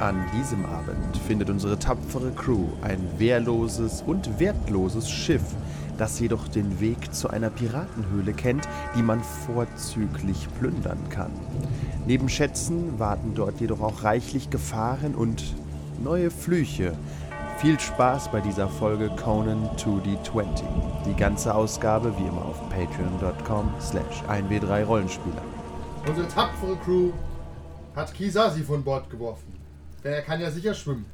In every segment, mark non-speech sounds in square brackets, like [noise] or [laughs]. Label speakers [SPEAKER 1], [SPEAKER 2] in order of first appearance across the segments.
[SPEAKER 1] An diesem Abend findet unsere tapfere Crew ein wehrloses und wertloses Schiff, das jedoch den Weg zu einer Piratenhöhle kennt, die man vorzüglich plündern kann. Neben Schätzen warten dort jedoch auch reichlich Gefahren und neue Flüche. Viel Spaß bei dieser Folge Conan 2D20. Die ganze Ausgabe wie immer auf patreon.com slash 1w3rollenspieler.
[SPEAKER 2] Unsere tapfere Crew hat Kisasi von Bord geworfen. Denn er kann ja sicher schwimmen.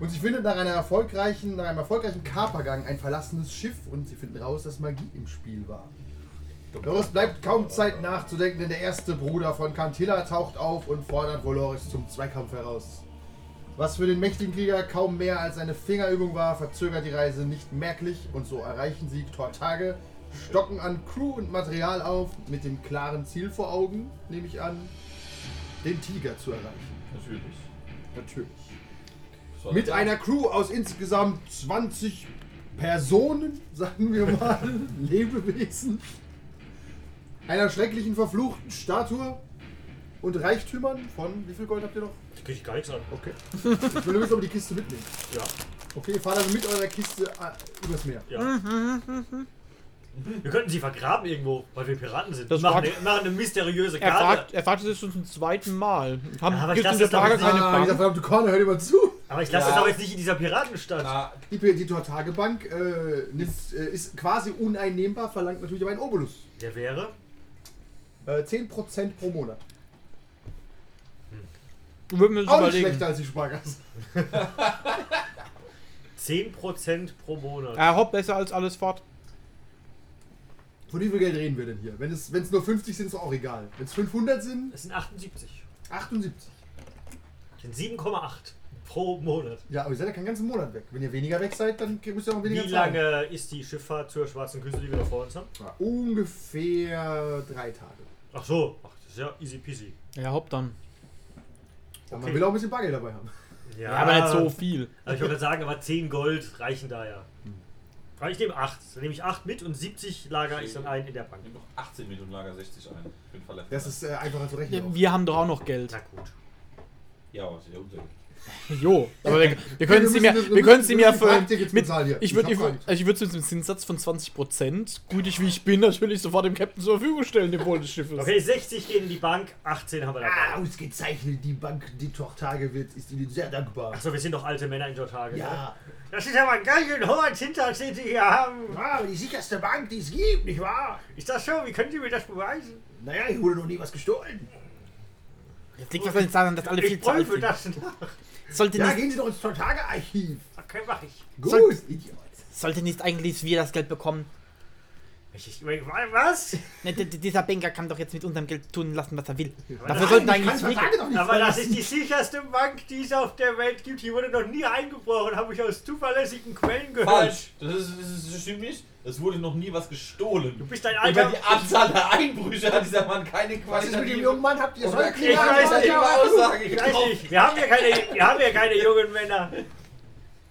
[SPEAKER 2] Und sie findet nach, einer erfolgreichen, nach einem erfolgreichen Kapergang ein verlassenes Schiff und sie finden raus, dass Magie im Spiel war. Dolores bleibt kaum Zeit nachzudenken, denn der erste Bruder von Cantilla taucht auf und fordert Dolores zum Zweikampf heraus. Was für den mächtigen Krieger kaum mehr als eine Fingerübung war, verzögert die Reise nicht merklich und so erreichen sie Tortage, stocken an Crew und Material auf, mit dem klaren Ziel vor Augen, nehme ich an, den Tiger zu erreichen.
[SPEAKER 3] Natürlich.
[SPEAKER 2] Natürlich.
[SPEAKER 3] Soll-
[SPEAKER 2] Mit einer Crew aus insgesamt 20 Personen, [laughs] sagen wir mal, Lebewesen, einer schrecklichen verfluchten Statue und Reichtümern von, wie viel Gold habt ihr noch?
[SPEAKER 3] Ich krieg gar nichts an.
[SPEAKER 2] Okay. Ich will übrigens aber die Kiste mitnehmen.
[SPEAKER 3] Ja.
[SPEAKER 2] Okay, fahrt also mit eurer Kiste äh, übers Meer.
[SPEAKER 3] ja. Wir könnten sie vergraben irgendwo, weil wir Piraten sind.
[SPEAKER 4] Das
[SPEAKER 3] machen,
[SPEAKER 4] fragt-
[SPEAKER 3] eine, machen eine mysteriöse
[SPEAKER 4] Er
[SPEAKER 3] Karte.
[SPEAKER 4] fragt, er fragt es uns zum zweiten Mal. Haben,
[SPEAKER 3] Ja, aber ich
[SPEAKER 4] gibt's
[SPEAKER 3] lasse
[SPEAKER 4] in der
[SPEAKER 3] es doch
[SPEAKER 4] Frage
[SPEAKER 3] nicht-
[SPEAKER 4] keine
[SPEAKER 2] Ah, dieser
[SPEAKER 4] Fragen?
[SPEAKER 2] verdammte Corner, hört immer zu.
[SPEAKER 3] Aber ich lasse
[SPEAKER 5] Ja.
[SPEAKER 3] das aber jetzt nicht in dieser Piratenstadt.
[SPEAKER 5] Na,
[SPEAKER 2] Die, die Tortagebank äh, nimmt, äh, ist quasi uneinnehmbar, verlangt natürlich aber einen Obolus.
[SPEAKER 3] Der wäre.
[SPEAKER 2] Äh, 10% pro Monat.
[SPEAKER 4] Wir Würden wir uns
[SPEAKER 2] Auch nicht
[SPEAKER 4] überlegen.
[SPEAKER 2] schlechter als die Sparkasse.
[SPEAKER 3] 10% pro Monat.
[SPEAKER 4] Er hoppt besser als alles fort.
[SPEAKER 2] Von wie viel Geld reden wir denn hier? Wenn es, wenn es nur 50 sind, ist auch egal. Wenn es 500 sind,
[SPEAKER 3] Das sind 78.
[SPEAKER 2] 78.
[SPEAKER 3] Das sind 7,8 pro Monat.
[SPEAKER 2] Ja, aber ihr seid ja keinen ganzen Monat weg. Wenn ihr weniger weg seid, dann müsst ihr auch weniger
[SPEAKER 3] Wie
[SPEAKER 2] zahlen.
[SPEAKER 3] lange ist die Schifffahrt zur schwarzen Küste, die wir da vor uns haben?
[SPEAKER 2] Ja, ungefähr drei Tage.
[SPEAKER 3] Ach so. Ach, das ist ja easy peasy.
[SPEAKER 4] Er hoppt dann.
[SPEAKER 2] Aber
[SPEAKER 3] Okay.
[SPEAKER 2] man will auch ein bisschen Bargeld dabei haben.
[SPEAKER 3] Ja,
[SPEAKER 4] Ja, aber nicht so viel.
[SPEAKER 3] Aber ich wollte sagen, aber 10 Gold reichen da ja.
[SPEAKER 4] Hm.
[SPEAKER 3] Aber ich nehme 8. Dann nehme ich 8 mit und 70 lager ich dann ein in der Bank.
[SPEAKER 5] nimm doch 18 Minuten Lager 60 ein. Ich bin verletzt.
[SPEAKER 2] Das ist äh, einfacher zu
[SPEAKER 4] Ja,
[SPEAKER 2] rechnen.
[SPEAKER 4] wir haben doch auch noch Geld.
[SPEAKER 3] Na gut.
[SPEAKER 5] ja, aber ist ja untergeht.
[SPEAKER 4] Jo. Aber wir, wir können es
[SPEAKER 2] wir
[SPEAKER 4] ihm ja,
[SPEAKER 2] müssen das-
[SPEAKER 4] wir können es ihm
[SPEAKER 2] wir
[SPEAKER 4] ja
[SPEAKER 2] müssen die
[SPEAKER 4] für.
[SPEAKER 2] Parktickets
[SPEAKER 4] Mit,
[SPEAKER 2] bezahlen hier.
[SPEAKER 4] ich
[SPEAKER 2] Ich hab
[SPEAKER 4] würde
[SPEAKER 2] keins.
[SPEAKER 4] ich würd es mit einem Zinssatz von 20%, gütig wie ich bin, natürlich sofort dem Captain zur Verfügung stellen, dem Wohl des Schiffes.
[SPEAKER 3] Okay, 60 gehen in die Bank, 18 haben wir
[SPEAKER 2] Ah,
[SPEAKER 3] dabei.
[SPEAKER 2] Ausgezeichnet, die Bank, die Tortage wird, ist Ihnen sehr dankbar.
[SPEAKER 3] Achso, wir sind doch alte Männer in Jortage. Ne? Das ist aber ein ganz schön hoher Zinssatz, den Sie hier haben.
[SPEAKER 2] Ah, die sicherste Bank, die es gibt, nicht wahr?
[SPEAKER 3] Ist das so? Wie können Sie mir das beweisen?
[SPEAKER 2] Naja, ich wurde noch nie was gestohlen.
[SPEAKER 4] Jetzt liegt wahrscheinlich daran, dass alle viel
[SPEAKER 3] Ich
[SPEAKER 4] zu alt
[SPEAKER 3] prüfe
[SPEAKER 4] sind.
[SPEAKER 3] das nach.
[SPEAKER 4] Sollte
[SPEAKER 2] Ja,
[SPEAKER 4] nicht,
[SPEAKER 2] gehen Sie doch ins Tortage-Archiv.
[SPEAKER 3] Okay, mach ich.
[SPEAKER 2] Gut,
[SPEAKER 4] Soll-
[SPEAKER 2] Idiot.
[SPEAKER 4] sollte nicht eigentlich wir das Geld bekommen?
[SPEAKER 3] ich was?
[SPEAKER 4] Ne, d- d- dieser Banker kann doch jetzt mit unserem Geld tun lassen, was er will.
[SPEAKER 3] das-
[SPEAKER 4] Dafür sollten
[SPEAKER 2] Ich kann
[SPEAKER 4] eigentlich wir.
[SPEAKER 2] Tortage doch nicht
[SPEAKER 3] Aber das
[SPEAKER 2] verlassen.
[SPEAKER 3] ist die sicherste Bank, die es auf der Welt gibt. Hier wurde noch nie eingebrochen, habe ich aus zuverlässigen Quellen gehört.
[SPEAKER 5] Falsch! Das ist, das ist das stimmt nicht. Es wurde noch nie was
[SPEAKER 3] Du
[SPEAKER 5] gestohlen.
[SPEAKER 3] bist ein
[SPEAKER 5] Über
[SPEAKER 3] alter...
[SPEAKER 5] die Anzahl der Einbrüche hat dieser Mann keine
[SPEAKER 2] Was ist mit dem
[SPEAKER 5] qualitative
[SPEAKER 2] jungen Mann? Habt ihr so
[SPEAKER 5] oder
[SPEAKER 2] einen Klima-
[SPEAKER 3] weiß nicht,
[SPEAKER 5] qualitative Aussage
[SPEAKER 3] Ich weiß
[SPEAKER 5] getroffen.
[SPEAKER 3] nicht, wir haben ja keine, wir haben ja keine jungen Männer.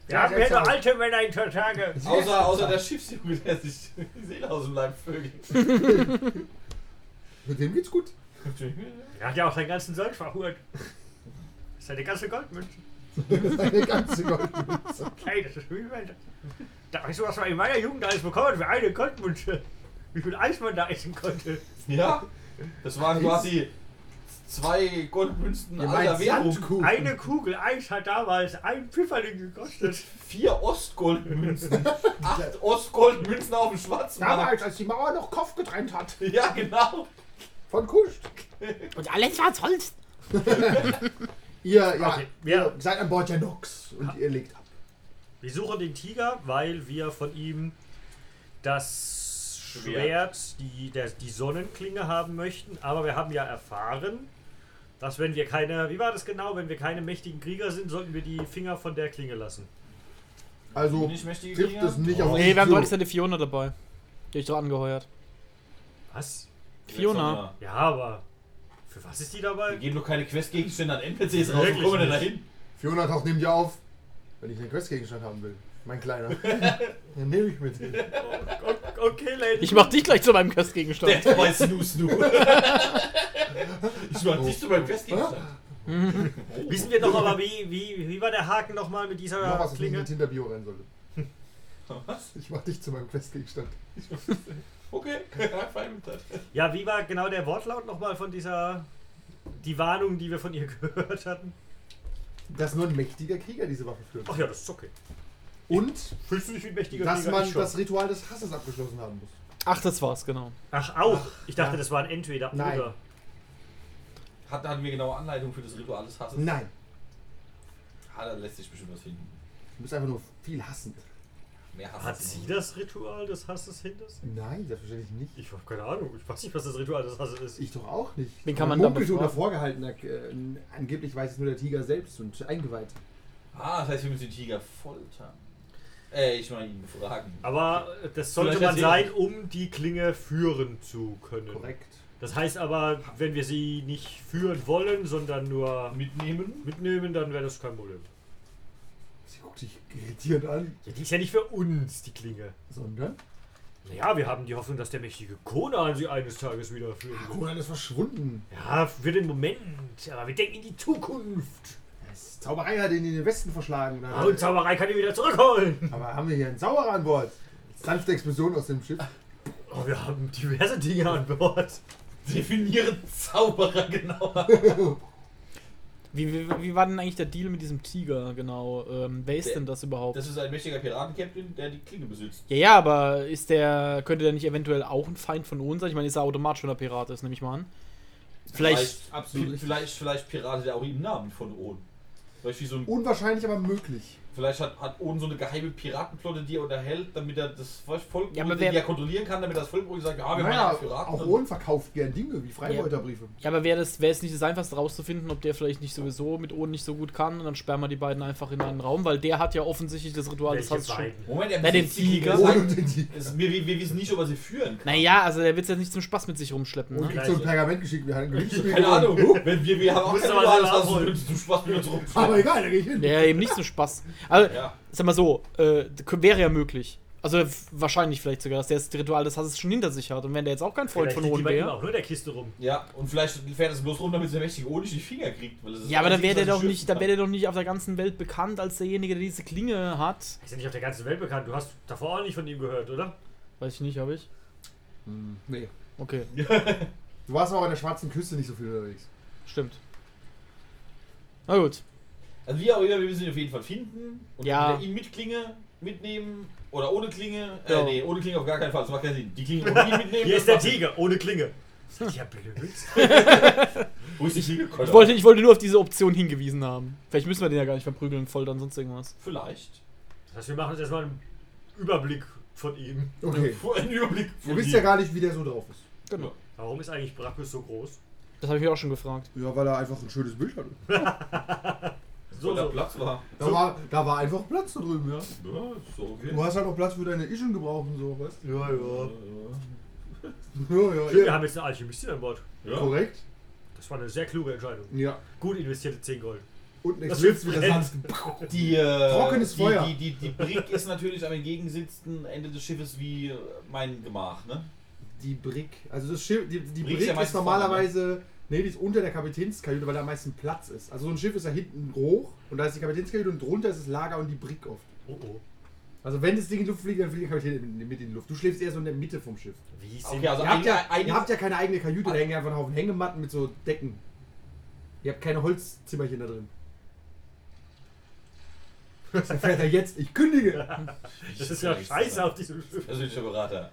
[SPEAKER 3] Wir
[SPEAKER 2] Ja,
[SPEAKER 3] haben ja
[SPEAKER 2] jetzt
[SPEAKER 3] nur
[SPEAKER 2] aber.
[SPEAKER 3] alte Männer in Tortage.
[SPEAKER 5] Außer, außer der Schiffsjunge, der sich die Seele aus dem Leib vögelt.
[SPEAKER 2] Mit dem geht's
[SPEAKER 4] [laughs]
[SPEAKER 2] gut.
[SPEAKER 3] Er hat ja auch seinen ganzen Sold verhurt. Seine ganze Goldmünze.
[SPEAKER 2] Eine ganze Goldmünze.
[SPEAKER 3] Hey, das ist viel Welt. Da weißt du, was man in meiner Jugend alles bekommen für eine Goldmünze. Wie viel Eis man da essen konnte.
[SPEAKER 5] Ja? Das waren quasi zwei Goldmünzen
[SPEAKER 2] Ihr
[SPEAKER 5] alter
[SPEAKER 2] meint
[SPEAKER 5] Währung.
[SPEAKER 2] Sandkuchen.
[SPEAKER 3] Eine Kugel Eis hat damals ein Pfifferling gekostet.
[SPEAKER 5] Vier Ostgoldmünzen. Acht Ostgoldmünzen auf dem Schwarzmarkt.
[SPEAKER 2] Damals, als die Mauer noch Kopf getrennt hat.
[SPEAKER 5] Ja, genau.
[SPEAKER 2] Von Kusch.
[SPEAKER 4] Und alles war Holz.
[SPEAKER 2] Ihr, ja,
[SPEAKER 3] Okay,
[SPEAKER 2] ihr
[SPEAKER 3] wir-
[SPEAKER 2] seid an Bord der Nox und ihr legt ab.
[SPEAKER 3] Wir suchen den Tiger, weil wir von ihm das
[SPEAKER 5] Schwert.
[SPEAKER 3] Schwert, die, der, die Sonnenklinge haben möchten. Aber wir haben ja erfahren, dass wenn wir keine, wie war das genau, wenn wir keine mächtigen Krieger sind, sollten wir die Finger von der Klinge lassen.
[SPEAKER 2] Also
[SPEAKER 5] Nicht mächtige
[SPEAKER 2] trifft
[SPEAKER 5] Krieger?
[SPEAKER 2] es nicht
[SPEAKER 5] Oh.
[SPEAKER 2] auf
[SPEAKER 4] Nee, wir haben
[SPEAKER 2] so.
[SPEAKER 4] heute die Fiona dabei. Die hab ich doch angeheuert.
[SPEAKER 3] Was?
[SPEAKER 4] Fiona.
[SPEAKER 3] Ja, aber für was ist die dabei?
[SPEAKER 5] Wir geben doch keine Questgegenstände an NPCs raus. Wo
[SPEAKER 3] Wirklich
[SPEAKER 5] kommen wir denn da
[SPEAKER 3] nicht.
[SPEAKER 5] hin?
[SPEAKER 2] Fiona taucht neben dir auf. Wenn ich einen Questgegenstand haben will, mein
[SPEAKER 3] [laughs]
[SPEAKER 2] Kleiner, dann nehme ich mit.
[SPEAKER 3] O- Okay, Lady.
[SPEAKER 4] Ich mach dich gleich zu meinem Questgegenstand.
[SPEAKER 3] Oh.
[SPEAKER 5] Dead by Snoo Snoo. ich mach dich zu meinem Questgegenstand.
[SPEAKER 3] Wissen wir doch aber, wie, wie, wie war der Haken nochmal mit dieser
[SPEAKER 2] Noch was, was ich nicht
[SPEAKER 3] Klinge?
[SPEAKER 2] in Tinder-Bio rein sollte.
[SPEAKER 5] Was?
[SPEAKER 2] Ich mach dich zu meinem Questgegenstand.
[SPEAKER 5] Okay, [laughs] fein mit das.
[SPEAKER 3] Ja, wie war genau der Wortlaut nochmal von dieser. Die Warnung, die wir von ihr [laughs] gehört hatten?
[SPEAKER 2] Dass nur ein mächtiger Krieger diese Waffe führt.
[SPEAKER 3] Ach ja, das ist okay.
[SPEAKER 2] Und,
[SPEAKER 3] Fühlst du dich wie ein Oh, mächtiger
[SPEAKER 2] dass
[SPEAKER 3] Krieger?
[SPEAKER 2] man
[SPEAKER 3] Ich schon.
[SPEAKER 2] das Ritual des Hasses abgeschlossen haben muss.
[SPEAKER 4] Ach, das war's, genau.
[SPEAKER 3] Ach, auch? Ich dachte,
[SPEAKER 2] ja.
[SPEAKER 3] das war ein Entweder.
[SPEAKER 2] Nein.
[SPEAKER 3] Oder.
[SPEAKER 5] Hat, hatten wir genaue Anleitung für das Ritual des Hasses?
[SPEAKER 2] Nein,
[SPEAKER 5] Ah, da lässt sich bestimmt was finden.
[SPEAKER 2] du bist einfach nur viel hassend.
[SPEAKER 5] Mehr Hass.
[SPEAKER 3] Hat
[SPEAKER 5] als
[SPEAKER 3] sie
[SPEAKER 5] immer.
[SPEAKER 3] das Ritual des Hasses hinter sich?
[SPEAKER 2] Nein, selbstverständlich nicht.
[SPEAKER 3] Ich habe keine Ahnung. Ich weiß nicht, was das Ritual des Hasses ist.
[SPEAKER 2] Ich doch auch nicht.
[SPEAKER 4] Wen kann man da
[SPEAKER 2] munkelt
[SPEAKER 4] befragen?
[SPEAKER 2] unter vorgehaltener, äh, angeblich weiß es nur der Tiger selbst und eingeweiht.
[SPEAKER 5] Ah, das heißt, wir müssen den Tiger foltern. Äh, ich meine ihn befragen.
[SPEAKER 3] aber äh, das sollte man
[SPEAKER 5] Vielleicht
[SPEAKER 3] sein,
[SPEAKER 5] erzählen.
[SPEAKER 3] um die Klinge führen zu können.
[SPEAKER 2] Korrekt.
[SPEAKER 3] Das heißt aber, wenn wir sie nicht führen wollen, sondern nur
[SPEAKER 5] Mitnehmen?
[SPEAKER 3] mitnehmen, dann wäre das kein Problem.
[SPEAKER 2] Sie guckt dich irritierend an.
[SPEAKER 3] Ja, die ist ja nicht für uns, die Klinge.
[SPEAKER 2] Sondern?
[SPEAKER 3] Naja, wir haben die Hoffnung, dass der mächtige Conan sie eines Tages wieder führen wird.
[SPEAKER 2] Conan ist verschwunden.
[SPEAKER 3] Ja, für den Moment. Aber wir denken in die Zukunft.
[SPEAKER 2] Das ist Zauberei hat ihn in den Westen verschlagen.
[SPEAKER 3] Ja, Und Zauberei kann ihn wieder zurückholen.
[SPEAKER 2] Aber haben wir hier einen Zauberer an Bord? Sanfte Explosion aus dem Schiff.
[SPEAKER 3] Oh, wir haben diverse Dinge an Bord.
[SPEAKER 5] Definiere Zauberer genauer.
[SPEAKER 4] Wie, wie, wie war denn eigentlich der Deal mit diesem Tiger genau? Ähm, wer ist
[SPEAKER 5] Der-
[SPEAKER 4] denn das überhaupt?
[SPEAKER 5] Das ist ein mächtiger Piratenkapitän, der die Klinge besitzt.
[SPEAKER 4] ja, ja, aber ist der, könnte der nicht eventuell auch ein Feind von uns sein? Ich meine, ist er automatisch, wenn er Pirat ist, nehme ich mal an. Vielleicht,
[SPEAKER 5] Vielleicht,
[SPEAKER 2] absolut
[SPEAKER 5] vielleicht,
[SPEAKER 2] richtig.
[SPEAKER 5] vielleicht, vielleicht piratet er auch im Namen von Oden. Vielleicht, wie so ein,
[SPEAKER 2] Unwahrscheinlich, aber möglich.
[SPEAKER 5] vielleicht hat, hat Oden so eine geheime Piratenplotte, die er unterhält, damit er das Volk
[SPEAKER 4] Ja, aber
[SPEAKER 5] die
[SPEAKER 4] wer-
[SPEAKER 5] er kontrollieren kann, damit das Volk irgendwie sagt, ja, wir
[SPEAKER 2] naja,
[SPEAKER 5] machen Piraten.
[SPEAKER 2] auch Ohren verkauft gern Dinge wie Freibeuterbriefe.
[SPEAKER 4] ja, aber wäre das, wäre es nicht das einfachste rauszufinden, ob der vielleicht nicht sowieso mit Oden nicht so gut kann und dann sperren wir die beiden einfach in einen Raum, weil der hat ja offensichtlich das Ritual des
[SPEAKER 3] Welche
[SPEAKER 4] Hasses schon.
[SPEAKER 3] beiden?
[SPEAKER 5] Moment, er
[SPEAKER 4] Na, den
[SPEAKER 5] besitzt die
[SPEAKER 4] Tiger.
[SPEAKER 5] Klinge.
[SPEAKER 2] Ohren
[SPEAKER 5] Das
[SPEAKER 2] und
[SPEAKER 5] heißt,
[SPEAKER 2] den Tiger.
[SPEAKER 5] um. es- wir, wir, wir wissen nicht, ob er sie führen kann.
[SPEAKER 4] Naja, also der wird es jetzt nicht zum Spaß mit sich rumschleppen,
[SPEAKER 2] Und
[SPEAKER 4] ne?
[SPEAKER 2] kriegt so ein Pergament geschickt. Wir haben [laughs] ein
[SPEAKER 5] Keine Ahnung. Wenn wir, wir haben auch
[SPEAKER 3] Muss
[SPEAKER 5] keine
[SPEAKER 3] aber
[SPEAKER 5] Wahl,
[SPEAKER 3] selber
[SPEAKER 5] das
[SPEAKER 3] abholen.
[SPEAKER 5] ist zum Spaß mit uns rumzuschlagen.
[SPEAKER 2] Aber egal, da gehe ich hin.
[SPEAKER 4] Ja, eben nicht
[SPEAKER 5] [laughs]
[SPEAKER 4] zum Spaß. Also,
[SPEAKER 5] Ja.
[SPEAKER 4] sag mal so, äh, k- wäre ja möglich. Also f- wahrscheinlich vielleicht sogar, dass der das Ritual des Hasses schon hinter sich hat. Und wenn der jetzt auch kein
[SPEAKER 3] Vielleicht
[SPEAKER 4] Freund von
[SPEAKER 3] liegt die
[SPEAKER 4] Hohen
[SPEAKER 3] bei ihm
[SPEAKER 4] wäre.
[SPEAKER 3] auch nur in der Kiste rum.
[SPEAKER 5] Ja, und vielleicht fährt es bloß rum, damit der mächtige Oden nicht die Finger kriegt. Weil das ist
[SPEAKER 4] Ja, aber
[SPEAKER 5] das
[SPEAKER 4] dann wäre der
[SPEAKER 5] Einzige, was
[SPEAKER 4] doch
[SPEAKER 5] er
[SPEAKER 4] nicht, dann wäre
[SPEAKER 5] schützen
[SPEAKER 4] der doch nicht auf der ganzen Welt bekannt als derjenige, der diese Klinge hat.
[SPEAKER 3] Ist ja nicht auf der ganzen Welt bekannt. Du hast davor auch nicht von ihm gehört, oder?
[SPEAKER 4] Weiß ich nicht, habe ich.
[SPEAKER 2] Nee.
[SPEAKER 4] Okay,
[SPEAKER 2] Du warst aber an der schwarzen Küste nicht so viel unterwegs.
[SPEAKER 4] stimmt. Na gut.
[SPEAKER 5] kann. Also wie auch immer, wir müssen ihn auf jeden Fall finden. Und
[SPEAKER 4] Ja.
[SPEAKER 5] entweder ihn mit Klinge mitnehmen oder ohne Klinge. Äh,
[SPEAKER 4] Ja.
[SPEAKER 5] nee, ohne Klinge auf gar keinen Fall. Das macht keinen Sinn. Die Klinge ohne ihn mitnehmen.
[SPEAKER 3] Hier
[SPEAKER 5] das
[SPEAKER 3] ist der
[SPEAKER 5] macht Sinn.
[SPEAKER 3] Tiger, ohne Klinge. Seid ihr blöd?
[SPEAKER 5] Wo ist die Klinge?
[SPEAKER 4] Ich wollte, ich wollte nur auf diese Option hingewiesen haben. Vielleicht müssen wir den ja gar nicht verprügeln, foltern, sonst irgendwas.
[SPEAKER 5] Vielleicht.
[SPEAKER 3] Das heißt, wir machen uns erstmal einen Überblick von ihm.
[SPEAKER 2] Okay.
[SPEAKER 5] Vor einem Überblick.
[SPEAKER 2] Du wisst ja gar nicht, wie der so drauf ist.
[SPEAKER 4] Genau.
[SPEAKER 3] Warum ist eigentlich Brackus so groß?
[SPEAKER 4] Das habe ich mir auch schon gefragt.
[SPEAKER 2] Ja, weil er einfach ein schönes Bild hatte.
[SPEAKER 5] So,
[SPEAKER 3] So,
[SPEAKER 5] der
[SPEAKER 3] so.
[SPEAKER 5] Platz war.
[SPEAKER 2] Da, war, da war einfach Platz da drüben, ja.
[SPEAKER 5] Ja, so okay.
[SPEAKER 2] Du hast halt auch Platz für deine Ischen gebraucht und so, weißt du? Ja,
[SPEAKER 5] Äh,
[SPEAKER 2] ja.
[SPEAKER 3] Schön,
[SPEAKER 2] Ja,
[SPEAKER 3] wir
[SPEAKER 2] ja.
[SPEAKER 3] haben jetzt eine Alchemistin an Bord.
[SPEAKER 5] Ja.
[SPEAKER 2] Korrekt?
[SPEAKER 3] Das war eine sehr kluge Entscheidung.
[SPEAKER 2] Ja.
[SPEAKER 3] Gut investierte 10 Gold.
[SPEAKER 2] Und ein
[SPEAKER 3] Das
[SPEAKER 2] Eclipse
[SPEAKER 3] wird
[SPEAKER 2] mit der
[SPEAKER 3] brennt.
[SPEAKER 2] Hand.
[SPEAKER 5] Die, äh,
[SPEAKER 2] Trockenes
[SPEAKER 5] die,
[SPEAKER 2] Feuer.
[SPEAKER 5] Die, die, die Brick ist natürlich am entgegengesetzten Ende des Schiffes wie äh, mein Gemach, ne?
[SPEAKER 2] Die Brick. Also das Schiff, die, die
[SPEAKER 5] Brick
[SPEAKER 2] Brick,
[SPEAKER 5] ist ja
[SPEAKER 2] ist
[SPEAKER 5] meistens ne?
[SPEAKER 2] normalerweise. Nee, die ist unter der Kapitänskajüte, weil da am meisten Platz ist. Also so ein Schiff ist da hinten hoch und da ist die Kapitänskajüte und drunter ist das Lager und die Brick oft.
[SPEAKER 3] Oh oh.
[SPEAKER 2] Also wenn das Ding in die Luft fliegt, dann fliegt der Kapitän in- mit in die Luft. Du schläfst eher so in der Mitte vom Schiff.
[SPEAKER 3] Wie sind
[SPEAKER 5] Okay, also
[SPEAKER 2] Ihr habt,
[SPEAKER 5] eine,
[SPEAKER 2] ja,
[SPEAKER 5] eine,
[SPEAKER 2] ihr habt ja keine eigene Kajüte, da hängen einfach einen Haufen Hängematten mit so Decken. Ihr habt keine Holzzimmerchen da drin. Das erfährt er jetzt. Ich kündige.
[SPEAKER 3] Das ist ja scheiße
[SPEAKER 5] ne?
[SPEAKER 3] auf diesem Schiff.
[SPEAKER 5] Persönlicher Berater.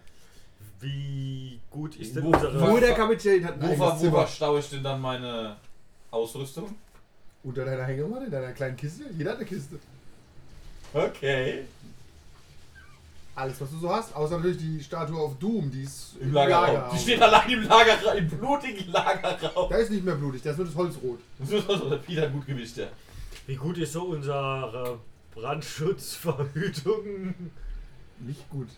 [SPEAKER 3] Wie gut ist denn
[SPEAKER 5] Wo-
[SPEAKER 3] unsere...
[SPEAKER 2] Nur der Kapitän hat ein
[SPEAKER 5] Wo, ver,
[SPEAKER 2] eigenes
[SPEAKER 5] wo
[SPEAKER 2] Zimmer.
[SPEAKER 5] verstaue ich denn dann meine Ausrüstung?
[SPEAKER 2] Unter deiner Hängematte, in deiner kleinen Kiste. Jeder hat eine Kiste.
[SPEAKER 5] Okay.
[SPEAKER 2] Alles, was du so hast. Außer natürlich die Statue auf Doom, die ist
[SPEAKER 5] Im Lagerraum. Die steht allein im Lagerraum, im blutigen Lagerraum.
[SPEAKER 2] Da ist nicht mehr blutig, da ist nur das Holz rot.
[SPEAKER 5] Das ist also der Peter gut gewischt, ja.
[SPEAKER 3] Wie gut ist so unsere Brandschutzverhütung?
[SPEAKER 2] Nicht gut.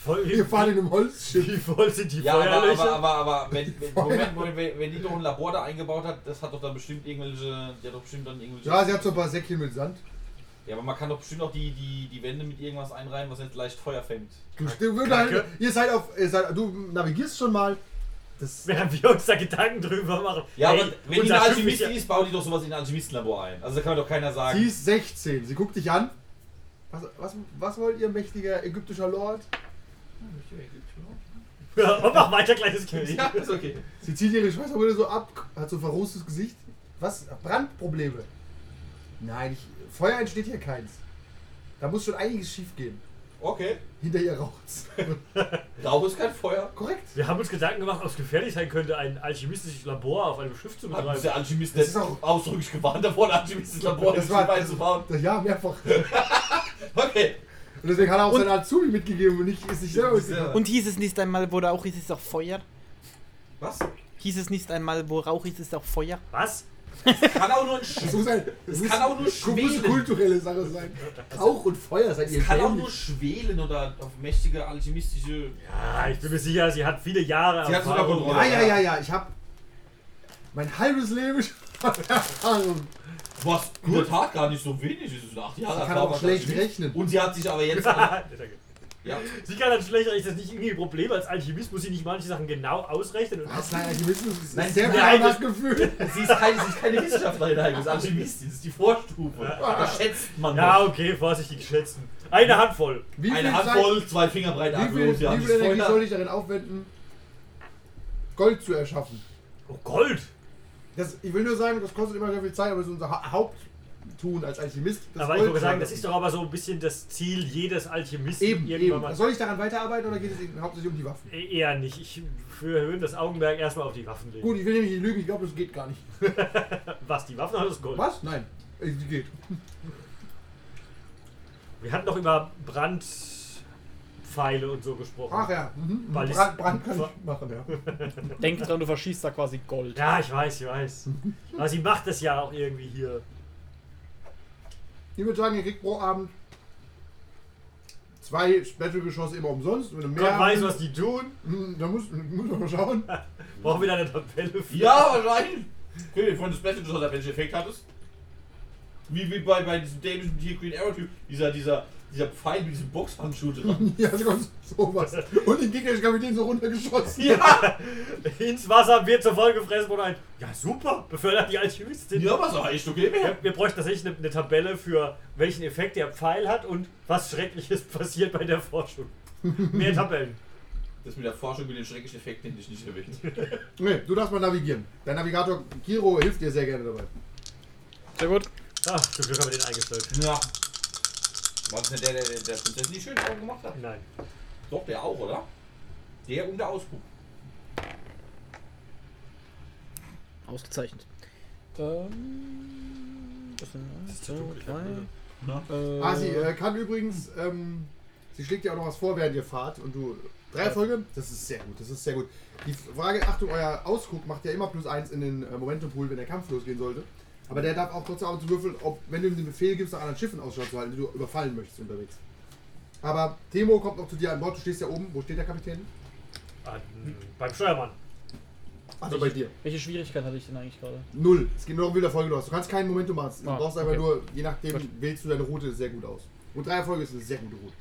[SPEAKER 3] Voll,
[SPEAKER 2] Wir fahren in einem Holzschiff.
[SPEAKER 3] wie voll sind die
[SPEAKER 5] Ja, aber,
[SPEAKER 3] Feuerlöcher?
[SPEAKER 5] aber, aber, aber wenn, wenn, Moment, Moment, wenn, wenn die doch ein Labor da eingebaut hat, das hat doch dann bestimmt irgendwelche, die hat doch bestimmt dann irgendwelche...
[SPEAKER 2] Ja, sie hat so ein paar Säckchen mit Sand.
[SPEAKER 5] Ja, aber man kann doch bestimmt auch die, die, die Wände mit irgendwas einreiben, was jetzt leicht Feuer fängt.
[SPEAKER 2] Du, du,
[SPEAKER 3] Kacke.
[SPEAKER 2] ihr seid auf. Ihr seid, du navigierst schon mal. Das das
[SPEAKER 3] Während wir uns da Gedanken drüber machen.
[SPEAKER 5] Ja,
[SPEAKER 3] Ey,
[SPEAKER 5] aber wenn die
[SPEAKER 3] unser
[SPEAKER 5] eine
[SPEAKER 3] Schiff
[SPEAKER 5] Alchemistin
[SPEAKER 3] ist
[SPEAKER 5] ist, bauen die doch sowas in ein Alchemistenlabor ein. Also da kann mir doch keiner sagen.
[SPEAKER 2] Sie ist 16. Sie guckt dich an. Was, was, was wollt ihr, mächtiger ägyptischer Lord?
[SPEAKER 3] [laughs] ja, ja, mach weiter, kleines Kind.
[SPEAKER 5] [laughs] ja, ist okay.
[SPEAKER 2] Sie zieht ihre Schweißbrille so ab, hat so ein verrußtes Gesicht. Was? Brandprobleme? Nein, ich, Feuer entsteht hier keins. Da muss schon einiges schief gehen.
[SPEAKER 5] Okay.
[SPEAKER 2] Hinter ihr [laughs] raucht's.
[SPEAKER 5] Rauch ist kein Feuer.
[SPEAKER 2] Korrekt.
[SPEAKER 3] Wir haben uns Gedanken gemacht, ob es gefährlich sein könnte, ein alchemistisches Labor auf einem Schiff zu
[SPEAKER 5] Hat uns
[SPEAKER 3] betreiben.
[SPEAKER 5] der Alchemist
[SPEAKER 2] Das
[SPEAKER 5] das
[SPEAKER 2] ist auch-
[SPEAKER 5] ausdrücklich gewarnt davor, ein Alchemistenlabor
[SPEAKER 2] Das
[SPEAKER 5] das
[SPEAKER 2] war-
[SPEAKER 5] einzubauen.
[SPEAKER 2] Ja, mehrfach.
[SPEAKER 5] Okay.
[SPEAKER 2] Und deswegen hat er auch
[SPEAKER 4] Und-
[SPEAKER 2] seinen Azubi mitgegeben und nicht, ist nicht selber mitgegangen.
[SPEAKER 4] Und hieß es nicht einmal, wo Rauch ist, ist auch Feuer?
[SPEAKER 5] Was?
[SPEAKER 4] Hieß es nicht einmal, wo Rauch ist, ist auch Feuer?
[SPEAKER 3] Was?
[SPEAKER 5] Kann auch nur ein
[SPEAKER 2] Das
[SPEAKER 5] Sch
[SPEAKER 2] muss ein, das muss-
[SPEAKER 5] kann auch nur
[SPEAKER 2] das muss eine
[SPEAKER 5] schwelen.
[SPEAKER 2] kulturelle Sache sein. Rauch und Feuer seid ihr
[SPEAKER 5] kann auch
[SPEAKER 2] dämlich.
[SPEAKER 5] nur schwelen oder auf mächtige alchemistische.
[SPEAKER 3] Ja, ich bin mir sicher, sie hat viele Jahre
[SPEAKER 5] Sie hat sogar
[SPEAKER 3] [laughs]
[SPEAKER 5] Kontrolle.
[SPEAKER 2] Ja, ja, ja, ja, ich hab mein halbes Leben schon [laughs] Erfahrung.
[SPEAKER 5] Was in der Tat gar nicht so wenig ist. Es sind acht Jahre
[SPEAKER 2] Sie kann
[SPEAKER 5] Erfahrung
[SPEAKER 2] auch
[SPEAKER 5] als
[SPEAKER 2] schlecht
[SPEAKER 5] Alchemist.
[SPEAKER 2] rechnen.
[SPEAKER 5] Und sie hat sich aber
[SPEAKER 2] [laughs]
[SPEAKER 5] jetzt. an- ja.
[SPEAKER 3] sie kann dann schlechter, ist das nicht irgendwie ein Problem? Als Alchemist muss sie nicht manche Sachen genau ausrechnen. Und
[SPEAKER 2] Was? Nein, die wissen es
[SPEAKER 5] Nein,
[SPEAKER 2] ist sehr
[SPEAKER 5] nein,
[SPEAKER 2] viel
[SPEAKER 3] das-
[SPEAKER 2] das Gefühl.
[SPEAKER 5] Sie ist keine, sie ist keine Wissenschaftlerin, eigentlich, sie ist Alchemistin. Das ist die Vorstufe. Da schätzt man
[SPEAKER 3] ja,
[SPEAKER 5] noch.
[SPEAKER 3] okay, vorsichtig schätzen. Eine Handvoll.
[SPEAKER 2] Wie
[SPEAKER 5] Eine
[SPEAKER 2] Zeit-
[SPEAKER 5] Handvoll, zwei Finger breit
[SPEAKER 2] Wie viel,
[SPEAKER 5] abgelost. Ja,
[SPEAKER 2] wie
[SPEAKER 5] das
[SPEAKER 2] viel Energie
[SPEAKER 5] Feuer-
[SPEAKER 2] soll ich darin aufwenden, Gold zu erschaffen?
[SPEAKER 3] Oh, Gold.
[SPEAKER 2] Das, ich will nur sagen, das kostet immer sehr viel Zeit, aber das ist unser ha Haupttun als Alchemist. Das
[SPEAKER 3] aber ich
[SPEAKER 2] Gold
[SPEAKER 3] wollte
[SPEAKER 2] zu
[SPEAKER 3] sagen, das ist
[SPEAKER 2] erschaffen.
[SPEAKER 3] doch aber so ein bisschen das Ziel jedes Alchemisten
[SPEAKER 2] Eben,
[SPEAKER 3] irgendwann
[SPEAKER 2] eben. Also
[SPEAKER 3] mal.
[SPEAKER 2] Soll ich daran weiterarbeiten oder geht es Ihnen hauptsächlich um die Waffen?
[SPEAKER 3] E- Eher nicht. Ich würde das Augenmerk erstmal auf die Waffen legen.
[SPEAKER 2] Gut, ich will nämlich nicht lügen, ich glaube, das geht gar nicht.
[SPEAKER 3] Was, die Waffen oder das Gold?
[SPEAKER 2] Was? Nein. Äh, Die geht.
[SPEAKER 3] Wir hatten doch über Brandpfeile und so gesprochen.
[SPEAKER 2] Ach ja. Mhm. mhm.
[SPEAKER 3] Ballist-
[SPEAKER 2] Brand, Brand kann ich machen, ja.
[SPEAKER 4] Denk dran, du verschießt da quasi Gold.
[SPEAKER 3] Ja, ich weiß, ich weiß. Aber sie macht das ja auch irgendwie hier.
[SPEAKER 2] Ich würde sagen, ihr kriegt pro Abend zwei Battle-Geschosse immer umsonst. Wenn du mehr
[SPEAKER 3] Gott weiß, was die tun.
[SPEAKER 2] Hm, Da muss, muss man mal schauen. [laughs]
[SPEAKER 3] Brauchen wir da eine Tabelle für? [laughs]
[SPEAKER 5] Ja, wahrscheinlich. Okay, von das Beste, dass er welchen Effekt hattest. Wie, wie bei, bei diesem dänischen Tier Green Arrow Typ, dieser, dieser, dieser Pfeil mit diesem
[SPEAKER 2] [laughs]
[SPEAKER 5] Boxhandschuh dran.
[SPEAKER 2] Ja, sogar sowas. Und den gegnerischen Kapitän so runtergeschossen.
[SPEAKER 5] ja,
[SPEAKER 3] Ins Wasser wird zur voll gefressen worden. ein. Ja, super. Befördert die Alchemistin.
[SPEAKER 5] ja, was auch echt okay mehr.
[SPEAKER 3] Wir, wir bräuchten tatsächlich eine, eine Tabelle für welchen Effekt der Pfeil hat und was Schreckliches [laughs] passiert bei der Forschung. Mehr Tabellen.
[SPEAKER 5] Das mit der Forschung mit den schrecklichen Effekten hätte ich nicht erwähnt.
[SPEAKER 2] Nee, du darfst mal navigieren. Dein Navigator Kiro hilft dir sehr gerne dabei.
[SPEAKER 4] Sehr gut.
[SPEAKER 3] Ach, Ah, zum Glück haben wir den eingestellt.
[SPEAKER 5] Ja. War das nicht der, der, der, der Prinzessin die schönen Augen gemacht hat?
[SPEAKER 3] Nein.
[SPEAKER 5] Doch, der auch, oder? Der und der Ausguck.
[SPEAKER 4] Ausgezeichnet. Ähm. Das sind eins, zwei, drei. Äh,
[SPEAKER 2] Ah, sie äh, kann übrigens, ähm, sie schlägt dir auch noch was vor, während ihr fahrt und du. Drei Erfolge? Das ist sehr gut, das ist sehr gut. Die Frage, Achtung, euer Ausguck macht ja immer plus eins in den äh, Momentum-Pool, wenn der Kampf losgehen sollte. Aber der darf auch trotzdem ab und zu würfeln, ob, wenn du ihm den Befehl gibst, nach anderen Schiffen Ausschau zu halten, die du überfallen möchtest unterwegs. Aber Temo kommt noch zu dir an Bord, du stehst ja oben. Wo steht der Kapitän?
[SPEAKER 3] Ah, beim Steuermann.
[SPEAKER 2] Also bei dir.
[SPEAKER 4] Welche Schwierigkeit hatte ich denn eigentlich gerade?
[SPEAKER 2] Null. Es geht nur um wie viel Erfolge du hast. Du kannst keinen Momentum machen. Du
[SPEAKER 4] Ah,
[SPEAKER 2] brauchst einfach
[SPEAKER 4] okay.
[SPEAKER 2] nur, je nachdem,
[SPEAKER 4] Gut.
[SPEAKER 2] wählst du deine Route sehr gut aus. Und drei Erfolge ist eine sehr gute Route.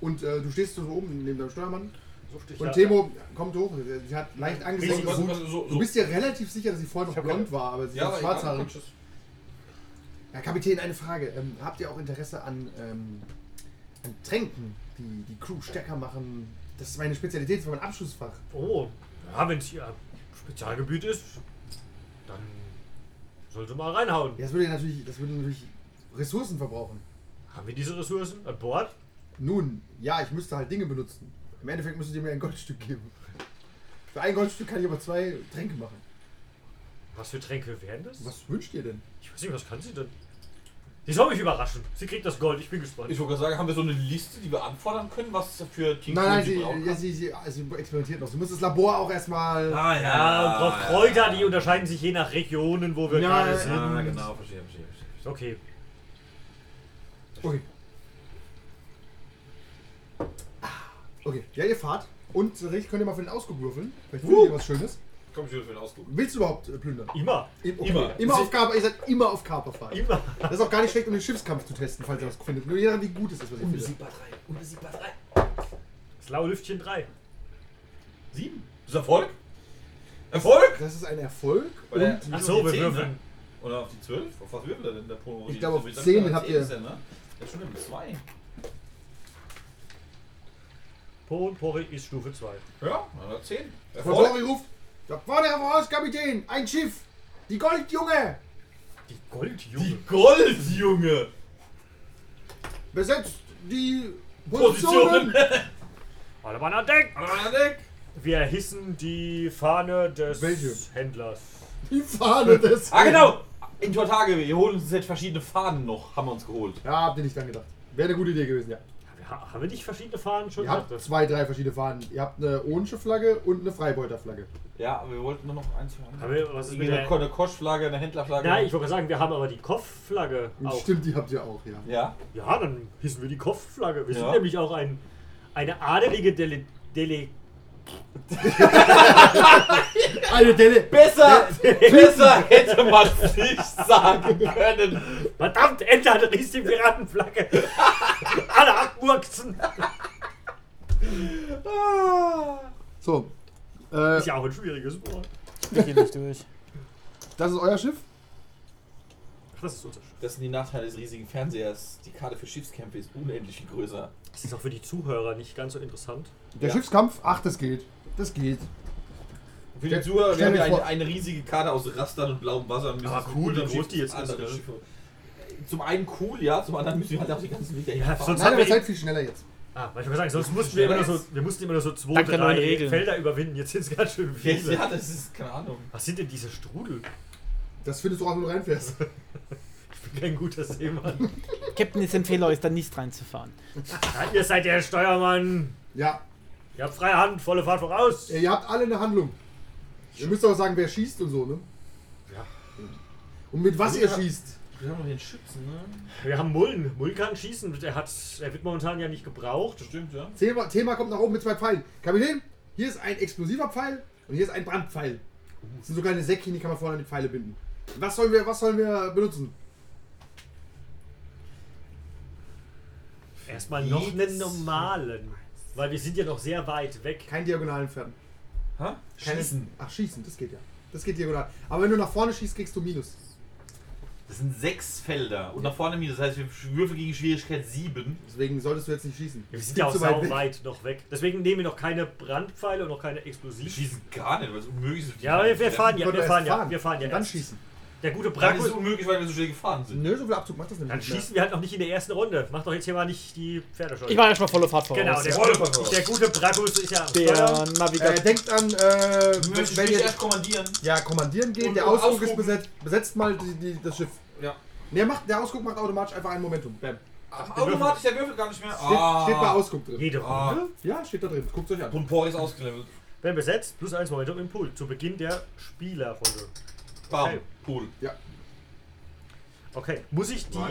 [SPEAKER 2] Und äh, du stehst so oben neben deinem Steuermann.
[SPEAKER 3] So steht
[SPEAKER 2] Und
[SPEAKER 3] da.
[SPEAKER 2] Temo kommt hoch. Sie hat leicht angesenkt.
[SPEAKER 3] Riesig.
[SPEAKER 2] Du
[SPEAKER 5] so,
[SPEAKER 2] bist dir relativ sicher, dass sie vorher noch
[SPEAKER 3] hab
[SPEAKER 2] blond war, aber sie
[SPEAKER 5] ja,
[SPEAKER 2] ist
[SPEAKER 5] aber egal,
[SPEAKER 2] schwarzhaarig. Herr Kapitän, eine Frage. Ähm, habt ihr auch Interesse an, ähm, an Tränken, die die Crew stärker machen? Das ist meine Spezialität, das war mein Abschlussfach.
[SPEAKER 3] Oh, ja, wenn es hier Spezialgebiet ist, dann sollte mal reinhauen.
[SPEAKER 2] Ja, das würde natürlich, das würde natürlich Ressourcen verbrauchen.
[SPEAKER 3] Haben wir diese Ressourcen an Bord?
[SPEAKER 2] Nun, ja, ich müsste halt Dinge benutzen. Im Endeffekt müsstet ihr mir ein Goldstück geben. Für ein Goldstück kann ich aber zwei Tränke machen.
[SPEAKER 3] Was für Tränke wären das?
[SPEAKER 2] Was wünscht ihr denn?
[SPEAKER 3] Ich weiß nicht, was kann sie denn? Sie soll mich überraschen. Sie kriegt das Gold, ich bin gespannt.
[SPEAKER 5] Ich wollte gerade sagen, haben wir so eine Liste, die wir anfordern können, was für Team
[SPEAKER 2] nein, nein,
[SPEAKER 5] die
[SPEAKER 2] sie,
[SPEAKER 5] brauchen?
[SPEAKER 2] ja, sie, sie, sie experimentiert noch. Sie muss das Labor auch erstmal.
[SPEAKER 5] Ah, ja,
[SPEAKER 3] ja, und braucht Kräuter, die unterscheiden sich je nach Regionen, wo wir
[SPEAKER 2] Ja,
[SPEAKER 3] gerade
[SPEAKER 2] ja,
[SPEAKER 3] sind.
[SPEAKER 5] Ja, genau, verstehe, verstehe, verstehe.
[SPEAKER 3] Okay.
[SPEAKER 2] Okay. Ah, Okay, ja, ihr fahrt. Und Rick, könnt ihr mal für den Ausguck würfeln? Vielleicht findet ihr was Schönes.
[SPEAKER 5] Komm, ich würde für den Ausguck.
[SPEAKER 2] Willst du überhaupt äh, plündern?
[SPEAKER 3] Immer.
[SPEAKER 2] Im-
[SPEAKER 5] Immer.
[SPEAKER 2] Immer auf Kaper, ihr seid immer auf Kaper fahren.
[SPEAKER 3] Immer.
[SPEAKER 2] Das ist auch gar nicht schlecht, um den Schiffskampf zu testen, falls ihr was findet. Nur je nachdem, wie gut es ist, was ihr findet.
[SPEAKER 3] Das laue Lüftchen 3.
[SPEAKER 5] Sieben. Das ist Erfolg? Erfolg!
[SPEAKER 2] Das ist ein Erfolg.
[SPEAKER 5] Weil der-
[SPEAKER 2] Und
[SPEAKER 5] Minus
[SPEAKER 3] Achso,
[SPEAKER 5] die
[SPEAKER 3] wir
[SPEAKER 5] zehn,
[SPEAKER 3] würfeln.
[SPEAKER 5] ne? Oder auf die 12? Auf was würfeln wir denn der Polo?
[SPEAKER 2] Ich glaube, auf 10 habt ihr-
[SPEAKER 5] Ist der, ne? der ist schon im 2.
[SPEAKER 3] Po und Pori ist Stufe 2.
[SPEAKER 5] Ja, dann hat 10.
[SPEAKER 2] Favori ruft: Da vorne voraus, Kapitän! Ein Schiff! Die Goldjunge!
[SPEAKER 3] Die Goldjunge.
[SPEAKER 5] Die Goldjunge!
[SPEAKER 2] Besetzt die Positionen!
[SPEAKER 5] Positionen!
[SPEAKER 3] Alle Mann an Deck!
[SPEAKER 5] Ah, Deck!
[SPEAKER 3] Wir hissen die Fahne des
[SPEAKER 2] Welche?
[SPEAKER 3] Händlers.
[SPEAKER 2] [laughs] Die Fahne des.
[SPEAKER 5] Ah, genau! In Tortage, wir holen uns jetzt verschiedene Fahnen noch, haben wir uns geholt.
[SPEAKER 2] Ja, habt ihr nicht dran gedacht. Wäre eine gute Idee gewesen, ja.
[SPEAKER 3] Wir ha- Haben wir nicht verschiedene Fahnen schon?
[SPEAKER 2] Ihr habt
[SPEAKER 3] Das-
[SPEAKER 2] zwei, drei verschiedene Fahnen. Ihr habt eine Ohnsche Flagge und eine Freibeuterflagge.
[SPEAKER 5] Ja, aber wir wollten nur noch eins haben.
[SPEAKER 3] Haben wir- was ist mit
[SPEAKER 5] eine,
[SPEAKER 3] der-
[SPEAKER 5] Ko- eine Koschflagge, eine Händlerflagge.
[SPEAKER 3] Nein, ich wollte sagen, wir haben aber die Kopfflagge auch.
[SPEAKER 2] Stimmt, die habt ihr auch, ja.
[SPEAKER 5] Ja,
[SPEAKER 3] Ja, dann hissen wir die Kopfflagge. Wir
[SPEAKER 5] Ja.
[SPEAKER 3] sind nämlich auch ein, eine adelige Dele, Dele,
[SPEAKER 2] Eine Delle!
[SPEAKER 5] besser, besser hätte man es nicht sagen können.
[SPEAKER 3] Verdammt, Ente hat richtig die Piratenflagge. Alle abmurksen.
[SPEAKER 2] So. Äh,
[SPEAKER 3] Ist ja auch ein schwieriges Wort.
[SPEAKER 4] Ich geh nicht durch.
[SPEAKER 2] das ist euer Schiff?
[SPEAKER 3] Ach, Das ist unser Schiff.
[SPEAKER 5] Das sind die Nachteile des riesigen Fernsehers. Die Karte für Schiffskämpfe ist unendlich größer.
[SPEAKER 3] Das ist auch für die Zuhörer nicht ganz so interessant.
[SPEAKER 2] Der
[SPEAKER 5] Ja.
[SPEAKER 2] Schiffskampf? Ach, das geht. Das geht.
[SPEAKER 5] Für
[SPEAKER 2] Stell-
[SPEAKER 5] die Zuhörer, wir
[SPEAKER 2] stell
[SPEAKER 5] haben
[SPEAKER 2] dir
[SPEAKER 5] ja eine,
[SPEAKER 2] vor-
[SPEAKER 5] eine riesige Karte aus Rastern und blauem Wasser. und wir
[SPEAKER 3] Ah,
[SPEAKER 5] müssen
[SPEAKER 3] cool,
[SPEAKER 5] mit
[SPEAKER 3] wie groß
[SPEAKER 5] Schiff-
[SPEAKER 3] die jetzt ist,
[SPEAKER 5] andere
[SPEAKER 3] gell?
[SPEAKER 5] Schiffe. Zum einen cool, ja, zum anderen müssen wir halt auch die ganzen Weg dahin
[SPEAKER 3] Ja,
[SPEAKER 5] fahren.
[SPEAKER 3] sonst-
[SPEAKER 2] Nein,
[SPEAKER 3] haben
[SPEAKER 2] aber ihr
[SPEAKER 3] wir-
[SPEAKER 2] seid viel schneller jetzt.
[SPEAKER 3] Ah, weil ich wollte sagen, sonst mussten wir immer nur so, wir mussten immer nur so zwei,
[SPEAKER 4] Dank der neuen
[SPEAKER 3] drei
[SPEAKER 4] Regeln.
[SPEAKER 3] Felder überwinden. Jetzt sind es ganz schön viele.
[SPEAKER 5] Ja, das ist, keine Ahnung.
[SPEAKER 3] Was sind denn diese Strudel?
[SPEAKER 2] Das findest du auch, wenn du reinfährst. [laughs]
[SPEAKER 3] Ich bin kein guter Seemann.
[SPEAKER 4] Captain ist Empfehler, ist da nicht reinzufahren.
[SPEAKER 3] Nein, ihr seid der Steuermann.
[SPEAKER 2] Ja.
[SPEAKER 3] Ihr habt freie Hand, volle Fahrt voraus.
[SPEAKER 2] Ihr habt alle eine Handlung. Ihr müsst auch sagen, wer schießt und so, ne?
[SPEAKER 3] Ja. Also
[SPEAKER 2] Und mit was ihr
[SPEAKER 5] Ja.
[SPEAKER 2] schießt.
[SPEAKER 5] Wir haben noch den Schützen, ne?
[SPEAKER 3] Wir haben Mullen. Mullen kann schießen. Er, hat, er wird momentan ja nicht gebraucht.
[SPEAKER 5] Stimmt, ja.
[SPEAKER 2] Thema, Thema kommt nach oben mit zwei Pfeilen. Kapitän, hier ist ein explosiver Pfeil und hier ist ein Brandpfeil. Das sind so kleine Säckchen, die kann man vorne an die Pfeile binden. Was sollen wir, was sollen wir benutzen?
[SPEAKER 3] Erstmal noch
[SPEAKER 5] Jedes-
[SPEAKER 3] einen normalen. Weil wir sind ja noch sehr weit weg.
[SPEAKER 2] Kein diagonalen Pferden.
[SPEAKER 5] Hä?
[SPEAKER 2] Keine-
[SPEAKER 5] Schießen.
[SPEAKER 2] Ach, schießen, das geht ja. Das geht diagonal. Aber wenn du nach vorne schießt, kriegst du Minus.
[SPEAKER 5] Das sind sechs Felder und nach vorne minus. Das heißt, wir würfeln gegen Schwierigkeit 7.
[SPEAKER 2] Deswegen solltest du jetzt nicht schießen.
[SPEAKER 3] Wir
[SPEAKER 2] Das
[SPEAKER 3] sind
[SPEAKER 2] ist
[SPEAKER 3] ja auch
[SPEAKER 2] viel zu weit
[SPEAKER 3] sau
[SPEAKER 2] weg.
[SPEAKER 3] weit noch weg. Deswegen nehmen wir noch keine Brandpfeile und noch keine
[SPEAKER 5] Wir
[SPEAKER 3] Explosiven.
[SPEAKER 5] schießen gar nicht, weil es unmöglich ist.
[SPEAKER 3] Ja, aber wir, wir fahren ja,
[SPEAKER 2] Können
[SPEAKER 3] wir
[SPEAKER 2] erst
[SPEAKER 3] fahren ja, wir fahren ja.
[SPEAKER 2] Und dann
[SPEAKER 3] erst.
[SPEAKER 2] schießen.
[SPEAKER 3] Der gute
[SPEAKER 5] Brand ist
[SPEAKER 3] Brakus.
[SPEAKER 5] unmöglich, weil wir so schnell gefahren sind.
[SPEAKER 2] Nö, so viel Abzug macht das nämlich
[SPEAKER 3] Dann
[SPEAKER 2] nicht mehr.
[SPEAKER 3] schießen wir halt noch nicht in der ersten Runde. Macht doch jetzt hier mal nicht die Pferdescheu.
[SPEAKER 4] Ich war erstmal volle Fahrt voraus.
[SPEAKER 3] Genau, der,
[SPEAKER 5] Ja.
[SPEAKER 3] gute- der gute Brakus ist ja am
[SPEAKER 4] Der
[SPEAKER 3] Steuer.
[SPEAKER 2] Äh,
[SPEAKER 4] Navigator.
[SPEAKER 2] denkt an, äh,
[SPEAKER 5] Wir möchten
[SPEAKER 2] wenn
[SPEAKER 5] nicht
[SPEAKER 2] ihr
[SPEAKER 5] erst kommandieren.
[SPEAKER 2] ja, kommandieren geht,
[SPEAKER 5] Und-
[SPEAKER 2] der
[SPEAKER 5] und
[SPEAKER 2] Ausguck ist
[SPEAKER 5] ausgucken.
[SPEAKER 2] besetzt. Besetzt mal die, die, das Schiff.
[SPEAKER 5] Ja.
[SPEAKER 2] Nee, macht, der Ausguck macht automatisch einfach ein Momentum. Bam.
[SPEAKER 5] Automatisch, der würfelt gar nicht mehr.
[SPEAKER 2] Steht,
[SPEAKER 3] Ah.
[SPEAKER 2] steht bei Ausguck drin.
[SPEAKER 3] Jede
[SPEAKER 5] Ah.
[SPEAKER 3] Runde.
[SPEAKER 2] Ja, steht da drin. Guckt euch an.
[SPEAKER 5] Und Por ist ausgelevelt.
[SPEAKER 3] Wenn besetzt, plus eins Momentum im Pool. Zu Beginn der Spielerrunde.
[SPEAKER 5] Bam.
[SPEAKER 3] Okay.
[SPEAKER 5] Pool.
[SPEAKER 3] Okay. Muss ich die
[SPEAKER 5] Was?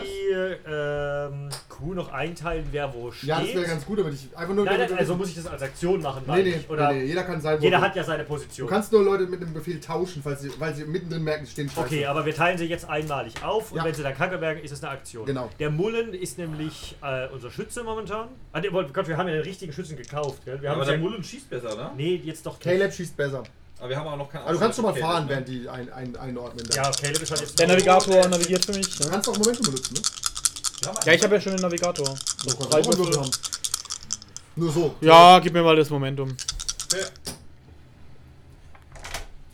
[SPEAKER 3] ähm, Crew noch einteilen, wer wo steht?
[SPEAKER 2] Ja, das wäre ganz gut, damit ich einfach nur.
[SPEAKER 3] nein, nein, also muss ich das als Aktion machen,
[SPEAKER 2] nee,
[SPEAKER 3] meine
[SPEAKER 2] nee,
[SPEAKER 3] ich. Oder
[SPEAKER 2] nee, nee, jeder kann sein. wo-
[SPEAKER 3] jeder hat ja seine
[SPEAKER 2] Du
[SPEAKER 3] Position.
[SPEAKER 2] kannst nur Leute mit einem Befehl tauschen, falls sie, weil sie mittendrin merken, sie stehen scheiße.
[SPEAKER 3] Okay, aber wir teilen sie jetzt einmalig auf und
[SPEAKER 2] Ja.
[SPEAKER 3] wenn sie dann kacke werden, ist das eine Aktion.
[SPEAKER 2] Genau.
[SPEAKER 3] Der Mullen ist nämlich äh, unser Schütze momentan. Ah, nee, Gott, wir haben ja den richtigen Schützen gekauft. Gell? Wir haben
[SPEAKER 5] aber
[SPEAKER 3] ja-
[SPEAKER 5] der Mullen schießt besser, ne?
[SPEAKER 3] Nee, jetzt doch nicht.
[SPEAKER 2] Caleb schießt besser.
[SPEAKER 5] Aber wir haben auch noch keinen
[SPEAKER 2] Aber du kannst schon mal
[SPEAKER 5] Ausgleich.
[SPEAKER 2] fahren,
[SPEAKER 5] Okay,
[SPEAKER 2] während die ein, ein, einordnen.
[SPEAKER 3] Ja, Caleb ist halt
[SPEAKER 2] äh,
[SPEAKER 3] jetzt.
[SPEAKER 4] Der
[SPEAKER 3] noch-
[SPEAKER 4] Navigator navigiert für mich.
[SPEAKER 2] Du
[SPEAKER 4] Ne?
[SPEAKER 2] kannst auch Momentum benutzen, ne?
[SPEAKER 5] wir haben einen.
[SPEAKER 4] Ja, ich habe ja schon den Navigator.
[SPEAKER 2] Du kannst
[SPEAKER 4] drei
[SPEAKER 2] auch einen
[SPEAKER 4] Würfel.
[SPEAKER 2] Würfel haben. Nur so.
[SPEAKER 4] Ja, gib mir mal das Momentum.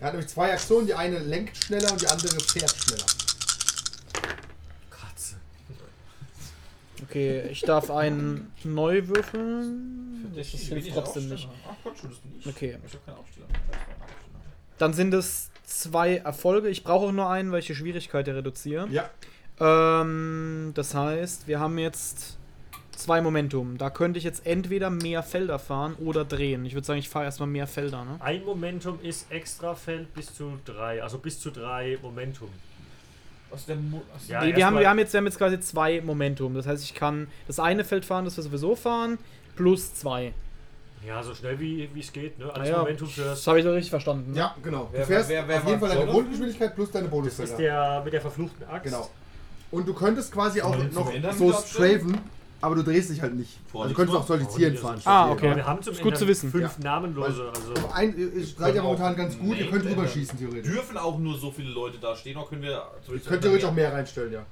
[SPEAKER 2] Er hat nämlich zwei Aktionen, die eine lenkt schneller und die andere fährt schneller.
[SPEAKER 3] Katze.
[SPEAKER 4] Okay, ich darf einen neu würfeln.
[SPEAKER 5] Der
[SPEAKER 4] Das
[SPEAKER 5] schießt
[SPEAKER 4] hilft
[SPEAKER 5] wenig
[SPEAKER 4] trotzdem
[SPEAKER 5] Aufsteller.
[SPEAKER 4] nicht.
[SPEAKER 5] Ach Gott, schon, das bin ich.
[SPEAKER 4] Okay.
[SPEAKER 5] Ich hab keinen Aufsteller.
[SPEAKER 4] Dann sind es zwei Erfolge. Ich brauche auch nur einen, weil ich die Schwierigkeit ja reduziere.
[SPEAKER 2] Ja.
[SPEAKER 4] Ähm, das heißt, wir haben jetzt zwei Momentum. Da könnte ich jetzt entweder mehr Felder fahren oder drehen. Ich würde sagen, ich fahre erstmal mehr Felder. Ne?
[SPEAKER 3] Ein Momentum ist extra Feld bis zu drei. Also bis zu drei Momentum.
[SPEAKER 5] Aus der Mu aus
[SPEAKER 3] Ja,
[SPEAKER 5] dem-
[SPEAKER 4] nee, wir, haben,
[SPEAKER 3] erstmal-
[SPEAKER 4] wir, haben jetzt, wir haben jetzt quasi zwei Momentum. Das heißt, ich kann das eine Feld fahren, das wir sowieso fahren, plus zwei.
[SPEAKER 3] Ja, so schnell wie wie es geht. Ne? Alles
[SPEAKER 4] Ah ja,
[SPEAKER 3] Momentum für
[SPEAKER 4] Das
[SPEAKER 3] das.
[SPEAKER 4] habe ich doch richtig verstanden. ne?
[SPEAKER 2] Ja, genau. Du
[SPEAKER 5] Hm? Wer-
[SPEAKER 2] fährst
[SPEAKER 5] wer- wer
[SPEAKER 2] auf jeden
[SPEAKER 5] war
[SPEAKER 2] Fall deine
[SPEAKER 5] Solo?
[SPEAKER 2] Grundgeschwindigkeit plus deine
[SPEAKER 3] Das ist
[SPEAKER 2] Bonusfelder.
[SPEAKER 3] der mit der verfluchten Axt.
[SPEAKER 2] Genau. Und du könntest quasi auch
[SPEAKER 5] man den
[SPEAKER 2] noch
[SPEAKER 5] zum Ändern
[SPEAKER 2] so
[SPEAKER 5] wieder abstellen?
[SPEAKER 2] straven, Aber du drehst dich halt nicht. Also
[SPEAKER 5] Vor
[SPEAKER 2] du
[SPEAKER 5] nichts
[SPEAKER 2] könntest
[SPEAKER 5] machen.
[SPEAKER 2] auch solitieren fahren.
[SPEAKER 3] Warum
[SPEAKER 4] Ah,
[SPEAKER 2] statt
[SPEAKER 4] okay.
[SPEAKER 3] Aber wir haben zum
[SPEAKER 4] Ist gut
[SPEAKER 3] Ende
[SPEAKER 4] zu wissen.
[SPEAKER 3] fünf Namenlose. Also
[SPEAKER 2] hier. Ein, ihr- ihr seid ja momentan ganz gut, ihr könnt drüber schießen, theoretisch.
[SPEAKER 5] Dürfen auch nur so viele Leute da stehen, oder können wir.
[SPEAKER 2] Ihr könnt theoretisch auch mehr reinstellen, ja.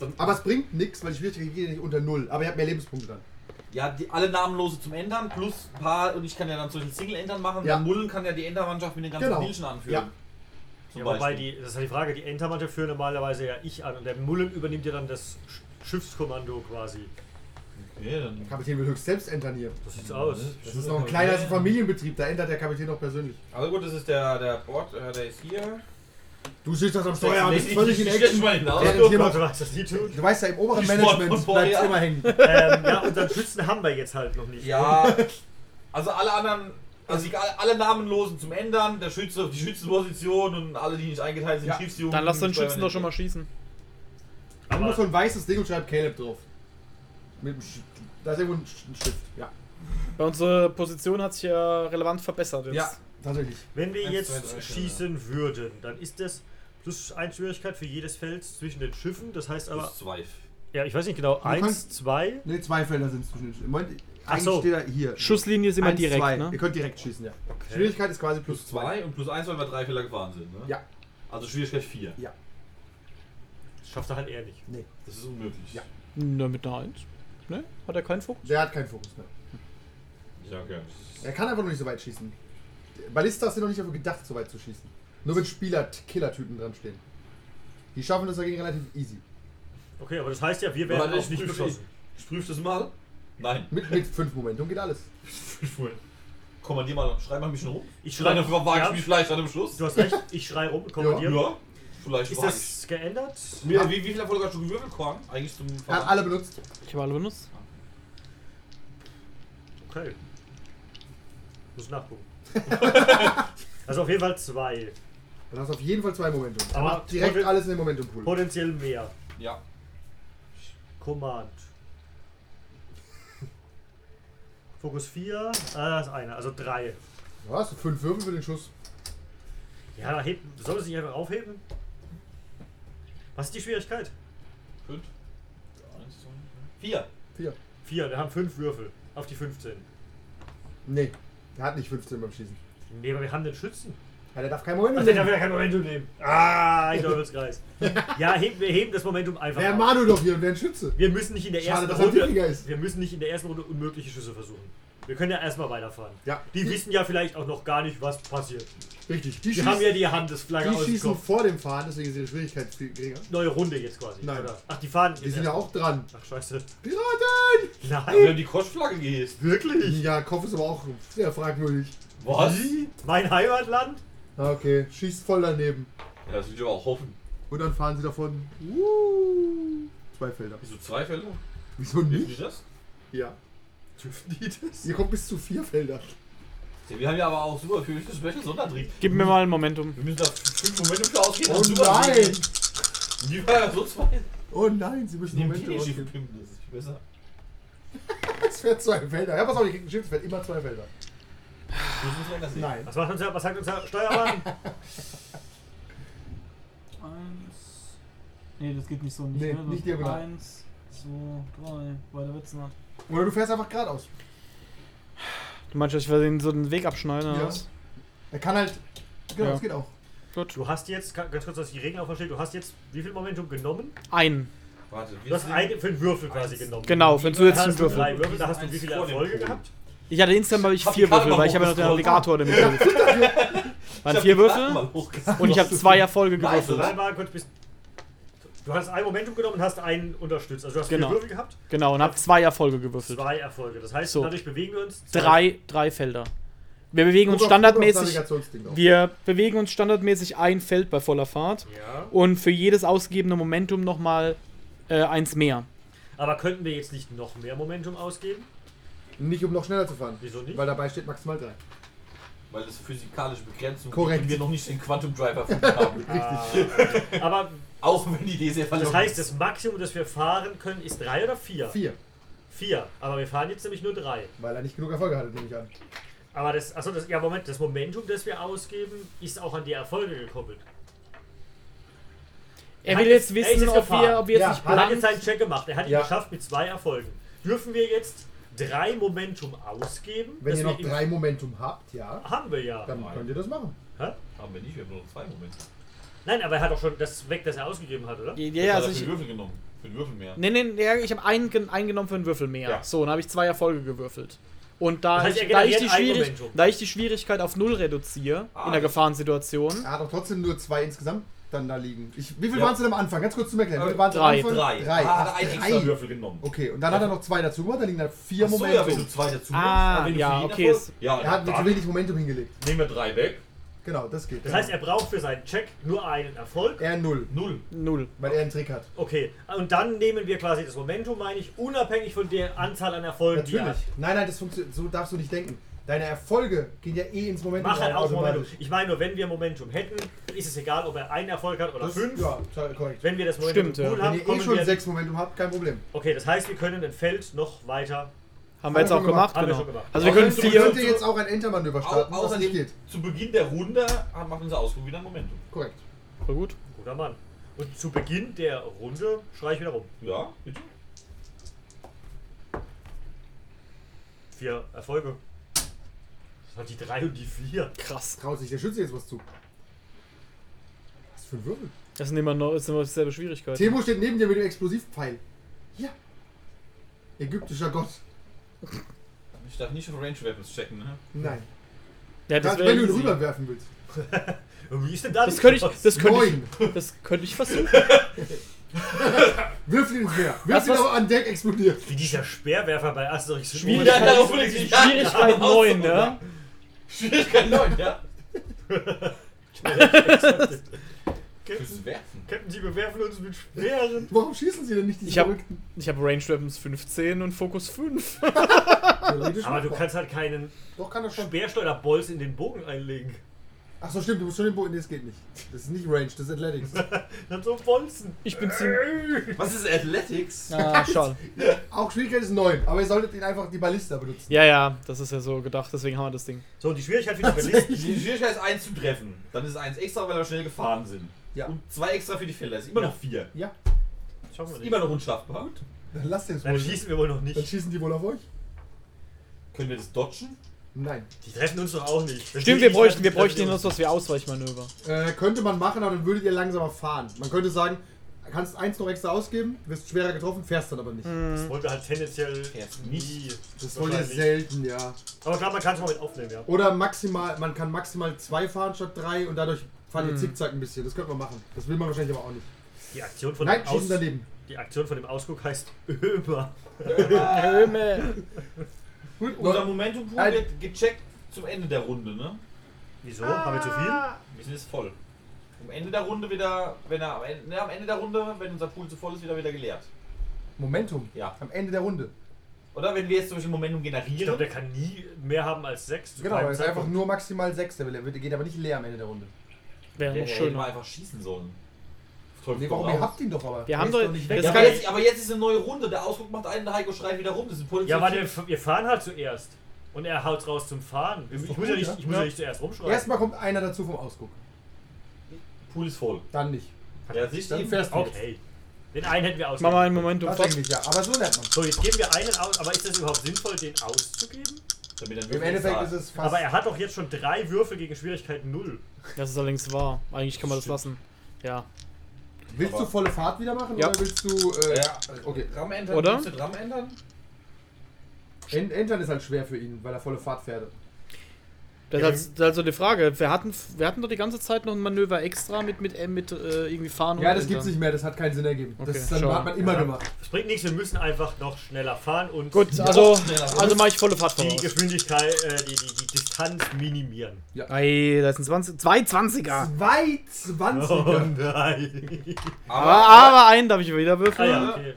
[SPEAKER 5] Dann-
[SPEAKER 2] Aber es bringt nichts, weil ich wirklich gehe nicht unter Null. Aber ihr habt mehr Lebenspunkte dann.
[SPEAKER 5] Ja, die, alle Namenlose zum Ändern, plus ein paar, und ich kann ja dann solche Single-Ändern machen.
[SPEAKER 2] Ja.
[SPEAKER 5] Dann Mullen kann ja die Endermannschaft mit den ganzen
[SPEAKER 2] Genau.
[SPEAKER 5] Nilschen anführen.
[SPEAKER 2] Ja.
[SPEAKER 5] Zum
[SPEAKER 3] ja, wobei
[SPEAKER 5] Beispiel.
[SPEAKER 3] die, das ist halt die Frage, die Entermatte führen normalerweise ja ich an und der Mullen übernimmt ja dann das Sch- Schiffskommando quasi.
[SPEAKER 5] Okay, dann.
[SPEAKER 2] Der Kapitän will höchst selbst entern hier.
[SPEAKER 3] So
[SPEAKER 5] Mhm.
[SPEAKER 3] sieht's aus.
[SPEAKER 2] Das ist noch ein kleiner das ist ein Familienbetrieb, da ändert der Kapitän noch persönlich.
[SPEAKER 5] Also gut, das ist der, der Bord, äh, der ist hier.
[SPEAKER 2] Du stehst das am Steuer,
[SPEAKER 5] ich,
[SPEAKER 2] bist völlig in
[SPEAKER 5] ich, ich
[SPEAKER 2] Action.
[SPEAKER 5] stell mal hinaus.
[SPEAKER 2] Während
[SPEAKER 3] Oh
[SPEAKER 2] jemand-
[SPEAKER 3] Gott, was das die tut.
[SPEAKER 2] Du weißt ja, im oberen
[SPEAKER 5] Die Sport-
[SPEAKER 2] Management
[SPEAKER 5] Football,
[SPEAKER 2] bleibt
[SPEAKER 5] ja.
[SPEAKER 2] immer hängen.
[SPEAKER 3] ähm, ja, unseren Schützen haben wir jetzt halt noch nicht.
[SPEAKER 5] Ja, also alle anderen, also die, alle, alle Namenlosen zum Ändern, der Schütze, die Schützenposition und alle, die nicht eingeteilt sind,
[SPEAKER 2] Ja.
[SPEAKER 5] Schiffsjugend.
[SPEAKER 4] Dann lass den Schützen doch schon mal schießen.
[SPEAKER 2] Dann
[SPEAKER 3] Aber-
[SPEAKER 2] muss so ein weißes Ding und schreibt Caleb drauf. Mit dem Sch da ist irgendwo ein Sch- ein Stift. Ja,
[SPEAKER 4] Bei unserer Position hat sich ja relevant verbessert jetzt.
[SPEAKER 2] ja tatsächlich.
[SPEAKER 3] Wenn wir
[SPEAKER 5] Eins, genau.
[SPEAKER 3] jetzt
[SPEAKER 5] zwei, drei, vier,
[SPEAKER 3] schießen würden, dann ist das plus 1 Schwierigkeit für jedes Feld zwischen den Schiffen. Das heißt aber,
[SPEAKER 5] zwei.
[SPEAKER 3] ja, ich weiß nicht genau,
[SPEAKER 2] kannst-
[SPEAKER 3] 1, 2.
[SPEAKER 2] Ne, zwei Felder sind es zwischen den Sch- Im Moment,
[SPEAKER 3] Ach
[SPEAKER 2] eigentlich
[SPEAKER 3] so.
[SPEAKER 2] steht da hier.
[SPEAKER 4] Schusslinie ist immer
[SPEAKER 2] Eins,
[SPEAKER 4] direkt,
[SPEAKER 2] zwei. Ihr
[SPEAKER 4] ne?
[SPEAKER 2] könnt direkt schießen, ja. Schwierigkeit ist quasi plus
[SPEAKER 5] Plus
[SPEAKER 2] zwei.
[SPEAKER 5] zwei und plus eins, weil wir drei Fehler gefahren sind, ne?
[SPEAKER 2] Ja.
[SPEAKER 5] Also Schwierigkeit vier.
[SPEAKER 2] Ja.
[SPEAKER 3] Das schafft er halt eher nicht.
[SPEAKER 5] Das ist unmöglich.
[SPEAKER 2] Ja.
[SPEAKER 4] Na, mit einer 1. Ne? Hat er keinen Fokus?
[SPEAKER 2] Der hat keinen Fokus mehr.
[SPEAKER 5] Ja, okay. Das ist-
[SPEAKER 2] Er kann einfach noch nicht so weit schießen. Ballistas sind noch nicht dafür gedacht, so weit zu schießen. Nur wenn Spieler-Killer-Typen dran stehen. Die schaffen das dagegen relativ easy.
[SPEAKER 3] Okay, aber das heißt ja, wir werden
[SPEAKER 5] Warte,
[SPEAKER 3] auch
[SPEAKER 5] ich
[SPEAKER 3] nicht
[SPEAKER 5] prüfe-
[SPEAKER 3] beschossen.
[SPEAKER 5] Ich prüfe das mal. Nein.
[SPEAKER 2] Mit, mit fünf Momentum geht alles.
[SPEAKER 5] Kommandier mal, schrei mal ein bisschen rum.
[SPEAKER 3] Ich
[SPEAKER 5] Schrei,
[SPEAKER 3] schrei,
[SPEAKER 5] dann wage ich
[SPEAKER 3] ja,
[SPEAKER 5] mich vielleicht an dem Schluss.
[SPEAKER 3] du hast recht, ich schrei rum, kommandiere.
[SPEAKER 5] Ja, vielleicht
[SPEAKER 3] Ist
[SPEAKER 5] wage
[SPEAKER 3] das geändert?
[SPEAKER 5] ich. Wie, wie, wie viel Erfolg hast du gewürfelt, Korn? Eigentlich zum
[SPEAKER 2] Er hat alle benutzt.
[SPEAKER 4] Ich habe alle benutzt.
[SPEAKER 3] Okay.
[SPEAKER 5] [laughs]
[SPEAKER 3] Muss nachgucken. also auf jeden Fall zwei.
[SPEAKER 2] Dann hast du auf jeden Fall zwei Momentum. Er
[SPEAKER 3] Aber
[SPEAKER 2] macht direkt
[SPEAKER 3] Poten-
[SPEAKER 2] alles in den Momentum-Pool.
[SPEAKER 3] Potenziell mehr.
[SPEAKER 5] Ja.
[SPEAKER 3] Command. Fokus 4, ah, das ist eine, also drei.
[SPEAKER 2] Du hast fünf Würfel für den Schuss.
[SPEAKER 3] Ja, da hebt, soll es nicht einfach aufheben? Was ist die Schwierigkeit?
[SPEAKER 5] Fünf. Eins, zwei, drei, Vier.
[SPEAKER 2] Vier.
[SPEAKER 3] Vier, wir haben fünf Würfel auf die 15.
[SPEAKER 2] Nee, er hat nicht 15 beim Schießen.
[SPEAKER 3] Nee, aber wir haben den Schützen.
[SPEAKER 2] Ja, der darf kein Momentum
[SPEAKER 3] Ach, Also, der darf
[SPEAKER 2] nehmen.
[SPEAKER 3] ja kein Momentum nehmen. Ah,
[SPEAKER 5] [laughs]
[SPEAKER 3] ich Teufelskreis. ja, heben, wir heben das Momentum einfach
[SPEAKER 2] Wäre
[SPEAKER 3] auf.
[SPEAKER 2] Manu doch hier und wäre ein Schütze.
[SPEAKER 3] Wir müssen nicht in der
[SPEAKER 2] Schade,
[SPEAKER 3] ersten
[SPEAKER 2] dass er
[SPEAKER 3] Runde.
[SPEAKER 2] weniger ist.
[SPEAKER 3] Wir müssen nicht in der ersten Runde unmögliche Schüsse versuchen. Wir können ja erstmal weiterfahren.
[SPEAKER 2] Ja.
[SPEAKER 3] Die wissen ja vielleicht auch noch gar nicht, was passiert.
[SPEAKER 2] Richtig. Die,
[SPEAKER 3] Wir
[SPEAKER 2] schießen,
[SPEAKER 3] haben ja die Handelsflagge
[SPEAKER 2] die
[SPEAKER 3] aus dem
[SPEAKER 2] schießen
[SPEAKER 3] Kopf.
[SPEAKER 2] vor dem Fahren, deswegen ist ihre Schwierigkeit viel geringer.
[SPEAKER 3] Neue Runde jetzt quasi.
[SPEAKER 2] Nein.
[SPEAKER 3] Oder? Ach, die fahren.
[SPEAKER 2] Die sind ja auch dran.
[SPEAKER 3] Ach, scheiße.
[SPEAKER 2] Piraten!
[SPEAKER 5] Wenn du
[SPEAKER 3] [laughs] Nein.
[SPEAKER 5] in die Kostflagge gehst.
[SPEAKER 3] Wirklich?
[SPEAKER 2] Ja, Kopf ist aber auch sehr fragwürdig.
[SPEAKER 5] Was?
[SPEAKER 3] Mein Heimatland?
[SPEAKER 2] Ah, Okay, schießt voll daneben.
[SPEAKER 5] Ja, das will ich aber auch hoffen.
[SPEAKER 2] Und dann fahren sie davon. Uh, zwei Felder.
[SPEAKER 5] Wieso zwei Felder?
[SPEAKER 2] Wieso
[SPEAKER 5] Dürfen die
[SPEAKER 2] nicht?
[SPEAKER 5] das?
[SPEAKER 2] Ja.
[SPEAKER 3] Dürfen die das?
[SPEAKER 2] Ihr kommt bis zu vier Felder.
[SPEAKER 5] Ja, wir haben ja aber auch super für das Special Sondertrieb.
[SPEAKER 4] Gib mir mal ein Momentum.
[SPEAKER 5] Wir müssen da fünf Momente für ausgeben.
[SPEAKER 2] Oh
[SPEAKER 5] und super
[SPEAKER 2] nein!
[SPEAKER 5] Siegen. Die war ja so zwei.
[SPEAKER 2] Oh nein, sie müssen
[SPEAKER 5] Nehmen
[SPEAKER 2] Momente
[SPEAKER 5] die Schiff
[SPEAKER 2] ausgeben.
[SPEAKER 5] pimpen, das ist viel besser.
[SPEAKER 2] Es fährt zwei Felder. Ja, pass auf, ihr kriegt ein Schiff, es fährt immer zwei Felder.
[SPEAKER 5] Wir müssen länger sehen.
[SPEAKER 2] Nein.
[SPEAKER 3] Was, macht unser, was sagt unser Steuermann?
[SPEAKER 4] Eins. Nee, das geht nicht so
[SPEAKER 2] Nee, ne? nicht diagonal.
[SPEAKER 4] Eins, zwei, drei. Weiter wird's nicht.
[SPEAKER 2] Oder du fährst einfach geradeaus.
[SPEAKER 4] Du meinst, ich werde den so den Weg abschneiden? oder
[SPEAKER 2] Ja.
[SPEAKER 4] was?
[SPEAKER 2] Er kann halt. Genau,
[SPEAKER 4] Ja.
[SPEAKER 2] das geht auch.
[SPEAKER 4] Gut.
[SPEAKER 3] Du hast jetzt, ganz kurz, dass ich die Regeln auch verstehe, du hast jetzt wie viel Momentum genommen?
[SPEAKER 4] Ein.
[SPEAKER 5] Warte, wir
[SPEAKER 3] Du hast
[SPEAKER 5] sind-
[SPEAKER 3] einen für den Würfel quasi
[SPEAKER 5] Eins.
[SPEAKER 3] genommen.
[SPEAKER 4] Genau, für den zusätzlichen
[SPEAKER 3] hast du
[SPEAKER 4] Würfel.
[SPEAKER 3] drei Würfel, da hast du wie viele
[SPEAKER 5] Eins vor dem
[SPEAKER 3] Erfolge
[SPEAKER 5] Punkt.
[SPEAKER 3] gehabt?
[SPEAKER 4] Ich hatte insgesamt habe ich
[SPEAKER 5] Hab die
[SPEAKER 4] vier
[SPEAKER 5] Karte
[SPEAKER 4] Würfel,
[SPEAKER 5] mal
[SPEAKER 4] weil ich habe ja noch den Alligator damit gerufen.
[SPEAKER 5] Ich
[SPEAKER 4] Waren
[SPEAKER 5] hab
[SPEAKER 4] vier
[SPEAKER 5] die Karten
[SPEAKER 4] Würfel
[SPEAKER 5] mal hochgezogen.
[SPEAKER 4] und ich habe zwei Erfolge
[SPEAKER 5] Nice,
[SPEAKER 4] gewürfelt.
[SPEAKER 5] oder?
[SPEAKER 3] Nein, mal kurz bis. Du hast ein Momentum genommen und hast einen unterstützt. Also du hast
[SPEAKER 4] Genau.
[SPEAKER 3] vier Würfel gehabt,
[SPEAKER 4] Genau, und habe zwei Erfolge gewürfelt.
[SPEAKER 3] zwei Erfolge. Das heißt,
[SPEAKER 4] So.
[SPEAKER 3] dadurch bewegen wir uns. zwei-
[SPEAKER 4] Drei, drei Felder. Wir bewegen uns
[SPEAKER 2] Guck auf- guck auf
[SPEAKER 4] standardmäßig.
[SPEAKER 2] das Navigationsding drauf.
[SPEAKER 4] Wir bewegen uns standardmäßig ein Feld bei voller Fahrt
[SPEAKER 3] Ja.
[SPEAKER 4] und für jedes ausgegebene Momentum nochmal äh, eins mehr.
[SPEAKER 3] Aber könnten wir jetzt nicht noch mehr Momentum ausgeben?
[SPEAKER 2] Nicht um noch schneller zu fahren.
[SPEAKER 3] Wieso nicht?
[SPEAKER 2] Weil dabei steht maximal drei.
[SPEAKER 5] Weil das physikalische Begrenzung
[SPEAKER 2] Korrekt.
[SPEAKER 5] und wir noch nicht den Quantum Driver erfunden haben.
[SPEAKER 3] Aber
[SPEAKER 5] Auch wenn die Idee sehr
[SPEAKER 3] das
[SPEAKER 5] verlockend
[SPEAKER 3] heißt, das Maximum, das wir fahren können, ist drei oder vier?
[SPEAKER 2] Also- Vier.
[SPEAKER 3] Vier. Aber wir fahren jetzt nämlich nur drei.
[SPEAKER 2] Weil er nicht genug Erfolge hatte, nehme ich an.
[SPEAKER 3] Aber das, achso, das, ja Moment, das Momentum, das wir ausgeben, ist auch an die Erfolge gekoppelt.
[SPEAKER 4] Er
[SPEAKER 3] Hat
[SPEAKER 4] will jetzt
[SPEAKER 3] jetzt- er ist
[SPEAKER 4] wissen,
[SPEAKER 3] jetzt
[SPEAKER 4] ob wir,
[SPEAKER 3] gefahren.
[SPEAKER 4] ob wir jetzt
[SPEAKER 2] Ja,
[SPEAKER 4] nicht
[SPEAKER 3] Er hat jetzt
[SPEAKER 4] blank.
[SPEAKER 3] seinen Check gemacht. Er hat ihn
[SPEAKER 2] Ja.
[SPEAKER 3] geschafft mit zwei Erfolgen. dürfen wir jetzt drei Momentum ausgeben.
[SPEAKER 2] Wenn
[SPEAKER 3] dass
[SPEAKER 2] ihr
[SPEAKER 3] wir
[SPEAKER 2] noch
[SPEAKER 3] im-
[SPEAKER 2] drei Momentum habt, ja,
[SPEAKER 3] Haben wir ja.
[SPEAKER 2] dann
[SPEAKER 5] Nein.
[SPEAKER 2] könnt ihr das machen.
[SPEAKER 3] Hä?
[SPEAKER 5] Haben wir nicht, wir haben nur noch zwei Momente.
[SPEAKER 3] Nein, aber er hat auch schon das weg, das er ausgegeben hat, oder?
[SPEAKER 4] Ja,
[SPEAKER 5] Das hat
[SPEAKER 4] ja also
[SPEAKER 5] er für
[SPEAKER 4] ich.
[SPEAKER 5] den Würfel genommen. Für den Würfel mehr.
[SPEAKER 4] Nee, nee, nee, ich habe einen gen- eingenommen für einen Würfel mehr.
[SPEAKER 5] Ja.
[SPEAKER 4] So, dann habe ich zwei Erfolge gewürfelt. Und da,
[SPEAKER 3] Das heißt,
[SPEAKER 4] ich,
[SPEAKER 3] er
[SPEAKER 4] da, ich die
[SPEAKER 3] generiert ein
[SPEAKER 4] Schwierig
[SPEAKER 3] Momentum.
[SPEAKER 4] da ich die Schwierigkeit auf null reduziere
[SPEAKER 5] Ah,
[SPEAKER 4] in der
[SPEAKER 5] das-
[SPEAKER 4] Gefahrensituation,
[SPEAKER 2] Er hat doch trotzdem nur zwei insgesamt dann da liegen. Ich, wie viel
[SPEAKER 5] Ja.
[SPEAKER 2] waren es denn am Anfang? Ganz kurz zum Erklären. Wie
[SPEAKER 5] Äh,
[SPEAKER 2] viel waren's am
[SPEAKER 4] drei.
[SPEAKER 2] Anfang?
[SPEAKER 5] Drei.
[SPEAKER 2] Drei.
[SPEAKER 5] Ah, hat
[SPEAKER 2] Ach,
[SPEAKER 5] er einen
[SPEAKER 2] drei.
[SPEAKER 5] extra Würfel genommen.
[SPEAKER 2] Okay, und dann hat er noch zwei dazu gemacht, da liegen dann vier
[SPEAKER 5] Ach so, ja, wenn
[SPEAKER 2] Momentum.
[SPEAKER 5] du zwei dazu
[SPEAKER 4] Ah,
[SPEAKER 5] nimmst,
[SPEAKER 4] ja,
[SPEAKER 5] für jeden
[SPEAKER 4] okay,
[SPEAKER 5] Erfolg-
[SPEAKER 4] ist-
[SPEAKER 5] Ja,
[SPEAKER 2] er hat mir zu
[SPEAKER 5] dann
[SPEAKER 2] wenig Momentum hingelegt.
[SPEAKER 5] nehmen wir drei weg.
[SPEAKER 2] Genau, das geht.
[SPEAKER 3] Das heißt, er braucht für seinen Check nur einen Erfolg.
[SPEAKER 2] er null,
[SPEAKER 5] Null.
[SPEAKER 4] null.
[SPEAKER 2] weil er einen Trick hat.
[SPEAKER 3] Okay, und dann nehmen wir quasi das Momentum, meine ich, unabhängig von der Anzahl an Erfolgen, die
[SPEAKER 2] Natürlich.
[SPEAKER 3] er hat.
[SPEAKER 2] Nein, nein, das funktioniert. So darfst du nicht denken. Deine Erfolge gehen ja eh ins Momentum.
[SPEAKER 3] Mach halt
[SPEAKER 2] rein,
[SPEAKER 3] auch Momentum.
[SPEAKER 2] automatisch.
[SPEAKER 3] Ich meine nur, wenn wir Momentum hätten, ist es egal, ob er einen Erfolg hat oder
[SPEAKER 2] Das,
[SPEAKER 3] fünf.
[SPEAKER 2] ja, total korrekt.
[SPEAKER 3] Wenn wir das Momentum
[SPEAKER 4] Stimmt, ja.
[SPEAKER 3] cool
[SPEAKER 2] Wenn
[SPEAKER 3] haben,
[SPEAKER 2] ihr eh
[SPEAKER 3] kommen
[SPEAKER 2] schon
[SPEAKER 3] wir...
[SPEAKER 2] sechs Momentum habt, kein Problem.
[SPEAKER 3] Okay, das heißt, wir können ein Feld noch weiter...
[SPEAKER 4] Haben wir jetzt
[SPEAKER 2] wir
[SPEAKER 4] auch
[SPEAKER 2] schon gemacht.
[SPEAKER 4] gemacht,
[SPEAKER 3] Haben wir
[SPEAKER 4] genau.
[SPEAKER 3] schon gemacht.
[SPEAKER 4] Also wir
[SPEAKER 5] Auch
[SPEAKER 4] können
[SPEAKER 5] wenn du-
[SPEAKER 2] Ihr könnt
[SPEAKER 4] vier.
[SPEAKER 2] ihr jetzt auch ein Entermanöver starten,
[SPEAKER 5] Au-
[SPEAKER 2] was nicht
[SPEAKER 5] außerdem,
[SPEAKER 2] geht.
[SPEAKER 5] zu Beginn der Runde hat- macht unser Ausruf wieder ein Momentum.
[SPEAKER 2] Korrekt.
[SPEAKER 4] Voll gut.
[SPEAKER 3] Guter Mann. Und zu Beginn der Runde schreie ich wieder rum.
[SPEAKER 5] Ja, bitte.
[SPEAKER 3] Vier Erfolge. Das hat die drei und die vier.
[SPEAKER 4] Krass.
[SPEAKER 2] Traut sich der Schütze jetzt was zu? Was für ein Würfel?
[SPEAKER 4] Das sind immer noch das sind immer dieselbe Schwierigkeit.
[SPEAKER 2] Temo steht neben dir mit dem Explosivpfeil. Ja. Ägyptischer Gott.
[SPEAKER 5] Ich darf nicht auf Range Weapons checken, ne?
[SPEAKER 2] Nein.
[SPEAKER 4] Ja, das
[SPEAKER 2] Also,
[SPEAKER 4] wäre
[SPEAKER 2] wenn du ihn
[SPEAKER 4] easy.
[SPEAKER 2] rüberwerfen willst.
[SPEAKER 3] Wie ist denn da
[SPEAKER 4] Das
[SPEAKER 3] die
[SPEAKER 4] könnte ich,
[SPEAKER 3] Chance?
[SPEAKER 4] das könnte
[SPEAKER 2] Neun.
[SPEAKER 4] ich, das könnte ich versuchen.
[SPEAKER 2] Wirf ihn ins Meer. Wirf
[SPEAKER 4] Was,
[SPEAKER 2] ihn
[SPEAKER 4] was?
[SPEAKER 2] aber an Deck explodiert.
[SPEAKER 3] Wie dieser Speerwerfer bei Asterix.
[SPEAKER 4] Schwierig-
[SPEAKER 5] Ja,
[SPEAKER 3] Schwierig-
[SPEAKER 5] darauf will ich nicht- Ja,
[SPEAKER 4] Schwierigkeit
[SPEAKER 5] raus.
[SPEAKER 4] 9, ne?
[SPEAKER 5] Schwierigkeit 9, ja. Fürs Werfen.
[SPEAKER 3] Captain, Sie bewerfen uns mit Speeren.
[SPEAKER 2] Warum schießen sie denn nicht diese
[SPEAKER 4] Ich hab-
[SPEAKER 2] verrückten?
[SPEAKER 4] Ich habe Range Weapons 15 und Fokus 5.
[SPEAKER 2] Theoretisch
[SPEAKER 3] Aber du
[SPEAKER 2] machbar.
[SPEAKER 3] kannst halt keinen
[SPEAKER 2] Doch, kann er schon.
[SPEAKER 3] Speersteuerbolz in den Bogen einlegen.
[SPEAKER 2] Achso, stimmt, du musst schon den Boden. Nee, das geht nicht. Das ist nicht Range, das ist Athletics.
[SPEAKER 3] Dann so Bolzen.
[SPEAKER 4] Ich bin
[SPEAKER 3] [laughs]
[SPEAKER 4] ziemlich.
[SPEAKER 5] Was ist Athletics?
[SPEAKER 4] Ah, schade.
[SPEAKER 2] Auch Schwierigkeit ist 9, aber ihr solltet ihn einfach die Ballista benutzen.
[SPEAKER 4] Ja, ja, das ist ja so gedacht, deswegen haben wir das Ding.
[SPEAKER 3] So, die Schwierigkeit für die Ballisten.
[SPEAKER 5] Die Schwierigkeit ist 1 zu treffen. Dann ist es 1 extra, weil wir schnell gefahren sind.
[SPEAKER 2] Ja.
[SPEAKER 5] Und 2 extra für die Fälle. Das ist immer noch 4.
[SPEAKER 2] Ja,
[SPEAKER 3] Schauen wir nicht.
[SPEAKER 5] Immer noch unschaffbar.
[SPEAKER 2] dann lasst ihr es
[SPEAKER 3] Dann
[SPEAKER 2] wohl.
[SPEAKER 3] schießen wir wohl noch
[SPEAKER 2] Dann
[SPEAKER 3] nicht.
[SPEAKER 2] schießen die wohl auf euch?
[SPEAKER 5] Können wir das dodgen?
[SPEAKER 2] Nein.
[SPEAKER 3] Die treffen uns doch auch nicht. Wenn die halt
[SPEAKER 4] Stimmt, wir
[SPEAKER 3] nicht
[SPEAKER 4] bräuchten,
[SPEAKER 3] treffen,
[SPEAKER 4] wir
[SPEAKER 3] treffen
[SPEAKER 4] bräuchten
[SPEAKER 3] die
[SPEAKER 4] hier noch
[SPEAKER 3] uns.
[SPEAKER 4] was wie Ausweichmanöver.
[SPEAKER 2] Äh, könnte man machen, aber dann würdet ihr langsamer fahren. Man könnte sagen, kannst eins noch extra ausgeben, wirst schwerer getroffen, fährst dann aber nicht.
[SPEAKER 3] Das wollen wir halt tendenziell
[SPEAKER 5] Fährst
[SPEAKER 3] nie.
[SPEAKER 2] Das wollt ihr
[SPEAKER 3] wahrscheinlich.
[SPEAKER 2] selten, ja.
[SPEAKER 3] Aber klar, man kann es mal mit aufnehmen, ja.
[SPEAKER 2] Oder maximal, man kann maximal zwei fahren statt drei und dadurch fahren ihr zickzack ein bisschen. Das könnte man machen. Das will man wahrscheinlich aber auch nicht.
[SPEAKER 3] Die Aktion von,
[SPEAKER 2] Nein,
[SPEAKER 3] dem,
[SPEAKER 2] schießen
[SPEAKER 3] Aus
[SPEAKER 2] daneben.
[SPEAKER 3] die Aktion von dem Ausguck heißt [laughs] Ömer.
[SPEAKER 4] Öme.
[SPEAKER 2] Gut,
[SPEAKER 5] Unser Momentum Pool
[SPEAKER 2] Nein.
[SPEAKER 5] wird gecheckt zum Ende der Runde, ne?
[SPEAKER 3] Wieso? Haben wir zu
[SPEAKER 2] Ah,
[SPEAKER 3] viel?
[SPEAKER 5] Wir sind jetzt voll. Am Ende der Runde wieder, wenn er am Ende, ne, am Ende der Runde, wenn unser Pool zu voll ist, wieder wieder geleert.
[SPEAKER 2] Momentum.
[SPEAKER 5] Ja.
[SPEAKER 2] Am Ende der Runde.
[SPEAKER 5] Oder wenn wir jetzt zum Beispiel Momentum
[SPEAKER 3] Ich glaube, der
[SPEAKER 5] generieren.
[SPEAKER 3] kann nie mehr haben als sechs. zu
[SPEAKER 2] Genau,
[SPEAKER 3] keinem
[SPEAKER 2] er ist einfach
[SPEAKER 3] Zeitpunkt.
[SPEAKER 2] nur maximal sechs. Der Wille. geht aber nicht leer am Ende der Runde.
[SPEAKER 4] Wäre
[SPEAKER 5] der
[SPEAKER 4] noch
[SPEAKER 5] hätte
[SPEAKER 4] schöner.
[SPEAKER 5] mal einfach schießen sollen. Auf Teufel
[SPEAKER 2] Nee,
[SPEAKER 5] komm
[SPEAKER 2] warum? Ihr
[SPEAKER 5] raus.
[SPEAKER 2] habt ihn doch aber.
[SPEAKER 4] Wir
[SPEAKER 2] Er
[SPEAKER 4] haben
[SPEAKER 2] ist
[SPEAKER 4] doch-
[SPEAKER 2] nicht
[SPEAKER 4] das
[SPEAKER 2] weg.
[SPEAKER 5] ja,
[SPEAKER 4] kann
[SPEAKER 5] aber,
[SPEAKER 4] ja-
[SPEAKER 5] jetzt, aber jetzt ist eine neue Runde. Der Ausdruck macht einen, der Heiko schreit wieder rum. Das ist ein
[SPEAKER 3] Ja,
[SPEAKER 5] Polizist.
[SPEAKER 3] warte, wir fahren halt zuerst. Und er haut raus zum Fahren. Ich,
[SPEAKER 2] doch
[SPEAKER 3] muss,
[SPEAKER 2] gut,
[SPEAKER 3] ja nicht,
[SPEAKER 2] ja.
[SPEAKER 3] ich muss ja.
[SPEAKER 2] Ja.
[SPEAKER 3] nicht zuerst rumschreien.
[SPEAKER 2] Erstmal kommt einer dazu vom Ausguck.
[SPEAKER 5] Pool ist voll.
[SPEAKER 2] Dann nicht.
[SPEAKER 5] Ja, siehst
[SPEAKER 2] Dann
[SPEAKER 5] du?
[SPEAKER 2] fährst du.
[SPEAKER 3] okay. Den einen hätten wir
[SPEAKER 4] Mach mal einen
[SPEAKER 3] ausgegeben.
[SPEAKER 4] Moment um
[SPEAKER 2] Das
[SPEAKER 4] Fox.
[SPEAKER 2] eigentlich ja. Aber so lernt man.
[SPEAKER 3] So, jetzt geben wir einen aus. Aber ist das überhaupt sinnvoll, den auszugeben?
[SPEAKER 5] Damit dann
[SPEAKER 2] Im
[SPEAKER 5] wirklich
[SPEAKER 2] Endeffekt
[SPEAKER 5] da-
[SPEAKER 2] ist es fast.
[SPEAKER 3] Aber er hat doch jetzt schon drei Würfe gegen Schwierigkeit 0.
[SPEAKER 4] Das ist allerdings wahr. Eigentlich kann man das lassen. Ja.
[SPEAKER 2] willst du
[SPEAKER 5] aber-
[SPEAKER 2] volle Fahrt wieder machen
[SPEAKER 4] Ja.
[SPEAKER 2] oder willst du. Äh,
[SPEAKER 5] Ja,
[SPEAKER 2] Okay.
[SPEAKER 5] okay. Ram ändern.
[SPEAKER 4] Oder?
[SPEAKER 5] Willst du Ram ändern?
[SPEAKER 2] Ent- Entern ist halt schwer für ihn, weil er volle Fahrt fährt.
[SPEAKER 4] Das ist halt- das ist halt so die Frage. Wir hatten, wir hatten doch die ganze Zeit noch ein Manöver extra mit, mit, äh, mit äh, irgendwie fahren
[SPEAKER 2] Ja, das
[SPEAKER 4] Entern.
[SPEAKER 2] gibt's nicht mehr, das hat keinen Sinn ergeben.
[SPEAKER 4] Okay,
[SPEAKER 2] das ist dann,
[SPEAKER 4] schade.
[SPEAKER 2] hat man immer
[SPEAKER 3] Ja.
[SPEAKER 2] gemacht.
[SPEAKER 3] Das bringt nichts, wir müssen einfach noch schneller fahren und
[SPEAKER 4] Gut, also,
[SPEAKER 5] schneller raus.
[SPEAKER 4] also mache ich volle Fahrt
[SPEAKER 3] die
[SPEAKER 4] voraus.
[SPEAKER 3] Geschwindigkeit, äh, die, die, die Distanz minimieren.
[SPEAKER 4] Ey, da ist ein 20, zwei 20er.
[SPEAKER 2] Zwei 20
[SPEAKER 3] Oh
[SPEAKER 4] [laughs]
[SPEAKER 3] nein.
[SPEAKER 4] Aber, aber einen darf ich wieder
[SPEAKER 3] ah
[SPEAKER 4] würfeln.
[SPEAKER 3] ja, okay.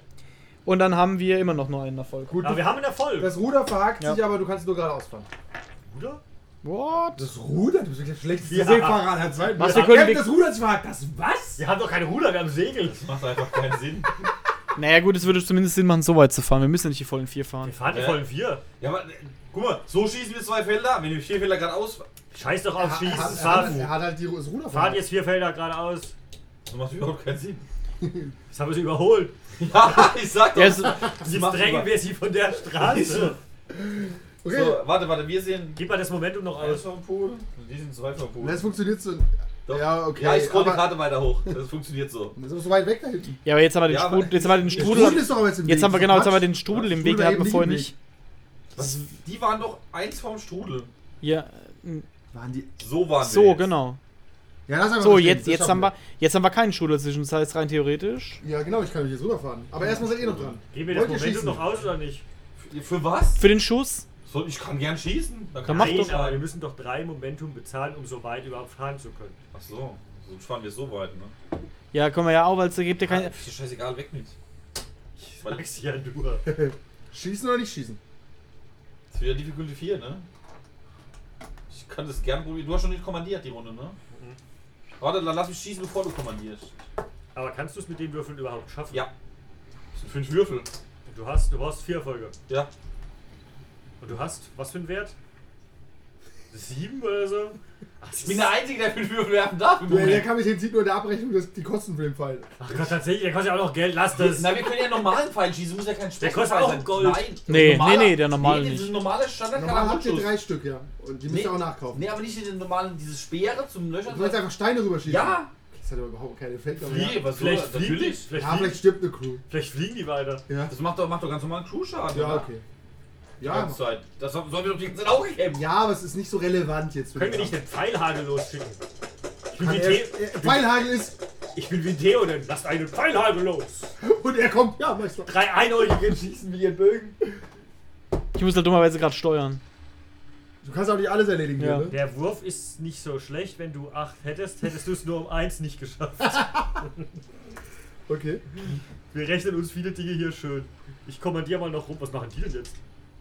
[SPEAKER 4] Und dann haben wir immer noch nur einen Erfolg.
[SPEAKER 2] Gut,
[SPEAKER 3] Aber
[SPEAKER 2] du,
[SPEAKER 3] wir haben einen Erfolg.
[SPEAKER 2] das Ruder verhakt
[SPEAKER 4] Ja.
[SPEAKER 2] sich, aber du kannst nur geradeaus fahren.
[SPEAKER 3] Bruder?
[SPEAKER 4] What?
[SPEAKER 2] Das Ruder? Du bist der schlechteste
[SPEAKER 3] Ja.
[SPEAKER 2] Seefahrer aller Zeiten.
[SPEAKER 4] Was, wir
[SPEAKER 2] wir
[SPEAKER 4] können-
[SPEAKER 2] können das Ruder hat sich verhakt. Das was?
[SPEAKER 3] Wir haben doch keine Ruder, wir haben Segel.
[SPEAKER 5] Das [laughs] macht einfach keinen Sinn.
[SPEAKER 4] Naja, gut, es würde zumindest Sinn machen, so weit zu fahren. Wir müssen ja nicht die vollen vier fahren.
[SPEAKER 3] Wir fahren die
[SPEAKER 5] Hä?
[SPEAKER 3] vollen vier.
[SPEAKER 5] Ja, aber äh, guck mal, so schießen wir zwei Felder. Wenn wir vier Felder gerade aus.
[SPEAKER 3] Scheiß doch auf
[SPEAKER 2] Er hat,
[SPEAKER 3] Schießen,
[SPEAKER 2] er, hat, er
[SPEAKER 3] fahren.
[SPEAKER 2] hat halt die, das Ruder
[SPEAKER 3] Fahrt
[SPEAKER 2] verhakt.
[SPEAKER 3] jetzt vier Felder geradeaus.
[SPEAKER 5] Das macht überhaupt keinen Sinn. [laughs]
[SPEAKER 3] Jetzt haben wir sie überholt.
[SPEAKER 5] Ja, ich sag doch.
[SPEAKER 4] Ja, es,
[SPEAKER 5] sie
[SPEAKER 3] Jetzt
[SPEAKER 5] machen
[SPEAKER 3] drängen
[SPEAKER 5] über-
[SPEAKER 3] wir sie von der Straße.
[SPEAKER 2] Okay,
[SPEAKER 5] So, warte, warte, wir sehen.
[SPEAKER 3] Gib mal das Momentum noch
[SPEAKER 5] Eins
[SPEAKER 3] aus.
[SPEAKER 5] vom Pool. Die sind zwei vom Pool.
[SPEAKER 2] das funktioniert so.
[SPEAKER 5] Doch.
[SPEAKER 2] Ja, okay.
[SPEAKER 5] Ja, ich scroll die
[SPEAKER 2] aber-
[SPEAKER 5] gerade weiter hoch. Das funktioniert so.
[SPEAKER 2] Das ist so weit weg da hinten.
[SPEAKER 4] ja, aber jetzt haben wir den,
[SPEAKER 5] Ja, aber-
[SPEAKER 4] Strudel, jetzt haben wir den
[SPEAKER 5] Der
[SPEAKER 4] Strudel.
[SPEAKER 2] ist doch aber jetzt im
[SPEAKER 4] Jetzt haben wir genau, jetzt haben wir den
[SPEAKER 2] Ja,
[SPEAKER 4] Strudel im
[SPEAKER 2] Strudel
[SPEAKER 4] Weg, den hatten
[SPEAKER 2] eben
[SPEAKER 4] wir
[SPEAKER 2] nicht
[SPEAKER 4] vorher
[SPEAKER 2] im
[SPEAKER 4] nicht.
[SPEAKER 5] Was? Die waren doch eins vom Strudel.
[SPEAKER 4] Ja, äh,
[SPEAKER 2] Waren die.
[SPEAKER 5] So waren wir.
[SPEAKER 4] so,
[SPEAKER 5] jetzt.
[SPEAKER 4] genau.
[SPEAKER 2] Ja, lass einfach
[SPEAKER 4] So,
[SPEAKER 2] das stehen,
[SPEAKER 4] jetzt,
[SPEAKER 2] das
[SPEAKER 4] jetzt,
[SPEAKER 2] schaffen
[SPEAKER 4] haben wir, jetzt haben wir keinen Strudel dazwischen. Das heißt, rein theoretisch.
[SPEAKER 2] Ja, genau, ich kann mich jetzt rüberfahren. Aber erstmal seid ihr noch dran.
[SPEAKER 3] Geben wir das
[SPEAKER 2] Wollt ihr
[SPEAKER 3] Momentum
[SPEAKER 2] schießen?
[SPEAKER 3] noch aus oder nicht?
[SPEAKER 5] Für, für was?
[SPEAKER 4] Für den Schuss?
[SPEAKER 5] So, ich kann gern schießen. Dann
[SPEAKER 4] Dann
[SPEAKER 5] kann
[SPEAKER 4] mach
[SPEAKER 5] ich
[SPEAKER 4] doch.
[SPEAKER 3] Nein, aber wir
[SPEAKER 5] sagen.
[SPEAKER 3] müssen doch drei Momentum bezahlen, um so weit überhaupt fahren zu können.
[SPEAKER 5] Ach so. Sonst fahren wir so weit, ne?
[SPEAKER 4] Ja, können wir ja auch, weil es gibt ja
[SPEAKER 5] Kann
[SPEAKER 4] keine.
[SPEAKER 5] ist dir scheißegal, weg mit.
[SPEAKER 3] Ich sag's ja nur.
[SPEAKER 2] Schießen oder nicht schießen?
[SPEAKER 5] Das ist wieder Difficulty 4, ne? Ich kann das gern probieren. Du hast schon nicht kommandiert, die Runde, ne?
[SPEAKER 4] Mhm.
[SPEAKER 5] Warte, dann lass mich schießen, bevor du kommandierst.
[SPEAKER 3] Aber kannst du es mit den Würfeln überhaupt schaffen?
[SPEAKER 5] Ja. Das sind fünf Würfel.
[SPEAKER 3] Du hast, du brauchst vier Erfolge.
[SPEAKER 5] Ja.
[SPEAKER 3] Und du hast, was für einen Wert? Sieben oder so? Ach, das
[SPEAKER 5] Ich bin der Einzige, der fünf Würfel werfen darf. Im
[SPEAKER 2] Der, der
[SPEAKER 5] Moment.
[SPEAKER 2] kann mich jetzt sieht nur in der Abrechnung das, die Kosten für den Fall.
[SPEAKER 3] Ach Gott, tatsächlich, der kostet ja auch noch Geld, lass das.
[SPEAKER 5] Na, wir können ja einen normalen Pfeil schießen, muss ja kein Spaß
[SPEAKER 3] Der kostet auch Gold.
[SPEAKER 5] Nein,
[SPEAKER 4] Nee,
[SPEAKER 5] ein normaler-
[SPEAKER 4] nee, nee, der normale
[SPEAKER 5] Nee, das ist
[SPEAKER 4] nicht.
[SPEAKER 5] ein normaler standard
[SPEAKER 2] Normal habt ihr
[SPEAKER 5] Kanonenschuss.
[SPEAKER 2] drei Stück, ja. Und die müsst
[SPEAKER 5] Nee.
[SPEAKER 2] ihr auch nachkaufen.
[SPEAKER 5] Nee, aber nicht den normalen, diese Speere zum Löchern.
[SPEAKER 2] Du sollst einfach Steine rüberschießen.
[SPEAKER 5] Ja!
[SPEAKER 2] Das hat aber überhaupt keine Effekt. aber
[SPEAKER 5] Wie?
[SPEAKER 2] Ja,
[SPEAKER 5] Was
[SPEAKER 3] vielleicht,
[SPEAKER 5] soll das?
[SPEAKER 3] fliegen die,
[SPEAKER 5] Natürlich.
[SPEAKER 3] vielleicht,
[SPEAKER 2] ja
[SPEAKER 3] fliegen,
[SPEAKER 2] vielleicht stirbt eine Crew.
[SPEAKER 3] vielleicht fliegen die weiter.
[SPEAKER 2] Ja.
[SPEAKER 5] Das macht doch, macht doch ganz normalen Crew-Schaden.
[SPEAKER 2] Ja,
[SPEAKER 5] oder?
[SPEAKER 2] okay.
[SPEAKER 5] Die
[SPEAKER 2] Ja,
[SPEAKER 5] ganze Zeit. Das sollen wir doch die ganze Zeit auch kämpfen.
[SPEAKER 2] ja, aber es ist nicht so relevant jetzt. für
[SPEAKER 3] Können wir
[SPEAKER 2] den
[SPEAKER 3] nicht den Pfeilhagel losschicken? Ich bin,
[SPEAKER 2] Kann
[SPEAKER 3] wie
[SPEAKER 2] er- äh,
[SPEAKER 3] Theo,
[SPEAKER 2] er- Pfeilhagel ist. [laughs]
[SPEAKER 3] ich bin wie Theo, denn lasst einen Pfeilhagel los!
[SPEAKER 2] Und er kommt. Ja, mach ich doch.
[SPEAKER 3] Drei Einäugige schießen wie ihr Bögen.
[SPEAKER 4] Ich muss halt dummerweise gerade steuern.
[SPEAKER 2] Du kannst auch nicht alles erledigen hier,
[SPEAKER 4] Ja.
[SPEAKER 2] ne?
[SPEAKER 3] Der Wurf ist nicht so schlecht. Wenn du acht hättest, hättest du es nur um eins nicht geschafft.
[SPEAKER 2] Okay.
[SPEAKER 3] Wir rechnen uns viele Dinge hier schön. Ich kommandiere mal noch rum. Was machen die denn jetzt?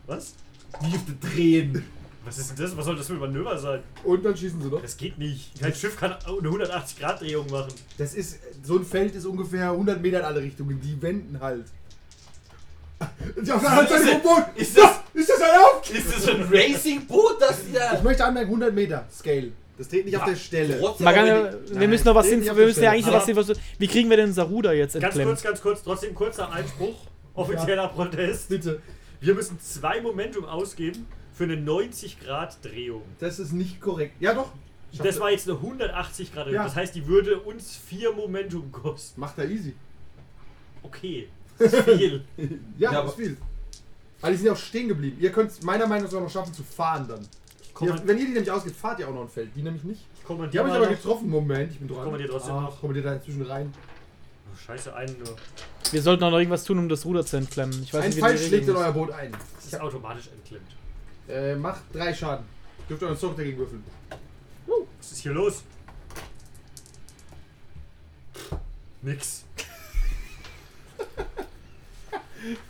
[SPEAKER 3] Was?
[SPEAKER 5] Hüfte drehen.
[SPEAKER 3] Was ist denn das? Was soll das für ein Manöver sein?
[SPEAKER 2] Und dann schießen sie noch.
[SPEAKER 3] Das geht nicht. Kein Schiff kann eine 180-Grad-Drehung machen.
[SPEAKER 2] Das ist, so ein Feld ist ungefähr 100 Meter in alle Richtungen. Die wenden halt. [laughs] Und auf der anderen Seite vom Boot.
[SPEAKER 5] Ist das,
[SPEAKER 2] Ist das erlaubt?
[SPEAKER 5] ist das ein Racing-Boot, das die da.
[SPEAKER 2] Ich möchte anmerken, 100 Meter Scale. Das steht nicht auf der Stelle.
[SPEAKER 5] Trotzdem
[SPEAKER 4] Man kann,
[SPEAKER 5] aber
[SPEAKER 4] ja- wir müssen noch was
[SPEAKER 2] Nein,
[SPEAKER 4] sehen.
[SPEAKER 2] ich
[SPEAKER 4] Wir
[SPEAKER 2] hab
[SPEAKER 4] müssen ja
[SPEAKER 2] verstanden.
[SPEAKER 4] eigentlich noch was sehen. Was, wie kriegen wir denn Saruda jetzt
[SPEAKER 3] Ganz
[SPEAKER 4] entklemmt?
[SPEAKER 3] kurz, ganz kurz. Trotzdem kurzer Einspruch. Offizieller Protest.
[SPEAKER 2] Bitte.
[SPEAKER 3] Wir müssen zwei Momentum ausgeben für eine 90-Grad-Drehung.
[SPEAKER 2] Das ist nicht korrekt. Ja, doch. Schafft
[SPEAKER 3] Das
[SPEAKER 2] er.
[SPEAKER 3] war jetzt eine 180 Grad.
[SPEAKER 2] Ja.
[SPEAKER 3] Das heißt, die würde uns vier Momentum kosten.
[SPEAKER 2] Macht er easy.
[SPEAKER 3] Okay.
[SPEAKER 2] [laughs]
[SPEAKER 3] Das ist viel.
[SPEAKER 2] Ja,
[SPEAKER 5] Ja,
[SPEAKER 2] das
[SPEAKER 5] aber-
[SPEAKER 2] ist viel. Weil die sind ja auch stehen geblieben. Ihr könnt es meiner Meinung nach sogar noch schaffen zu fahren dann. Ihr,
[SPEAKER 3] Kommand
[SPEAKER 2] wenn ihr die nämlich ausgeht, fahrt ihr auch noch ein Feld. Die nämlich nicht. Die
[SPEAKER 3] kommandiere
[SPEAKER 2] haben mich
[SPEAKER 3] mal
[SPEAKER 2] aber
[SPEAKER 3] halt- noch-
[SPEAKER 2] getroffen. Moment, ich bin dran.
[SPEAKER 3] Kommen wir dir trotzdem
[SPEAKER 2] ah,
[SPEAKER 3] noch.
[SPEAKER 2] Kommen wir dir da inzwischen rein.
[SPEAKER 3] Oh, scheiße, einen nur.
[SPEAKER 4] Wir sollten auch noch irgendwas tun, um das Ruder zu entklemmen. Ich weiß
[SPEAKER 2] Ein
[SPEAKER 4] nicht, wie
[SPEAKER 2] Pfeil
[SPEAKER 4] die
[SPEAKER 2] schlägt in
[SPEAKER 4] Regeln
[SPEAKER 2] euer Boot ein.
[SPEAKER 3] Das ist automatisch entklemmt.
[SPEAKER 2] Äh, macht drei Schaden. Dürft ihr euren Stock dagegen
[SPEAKER 3] [laughs]
[SPEAKER 2] würfeln.
[SPEAKER 3] Was ist hier los? Nix.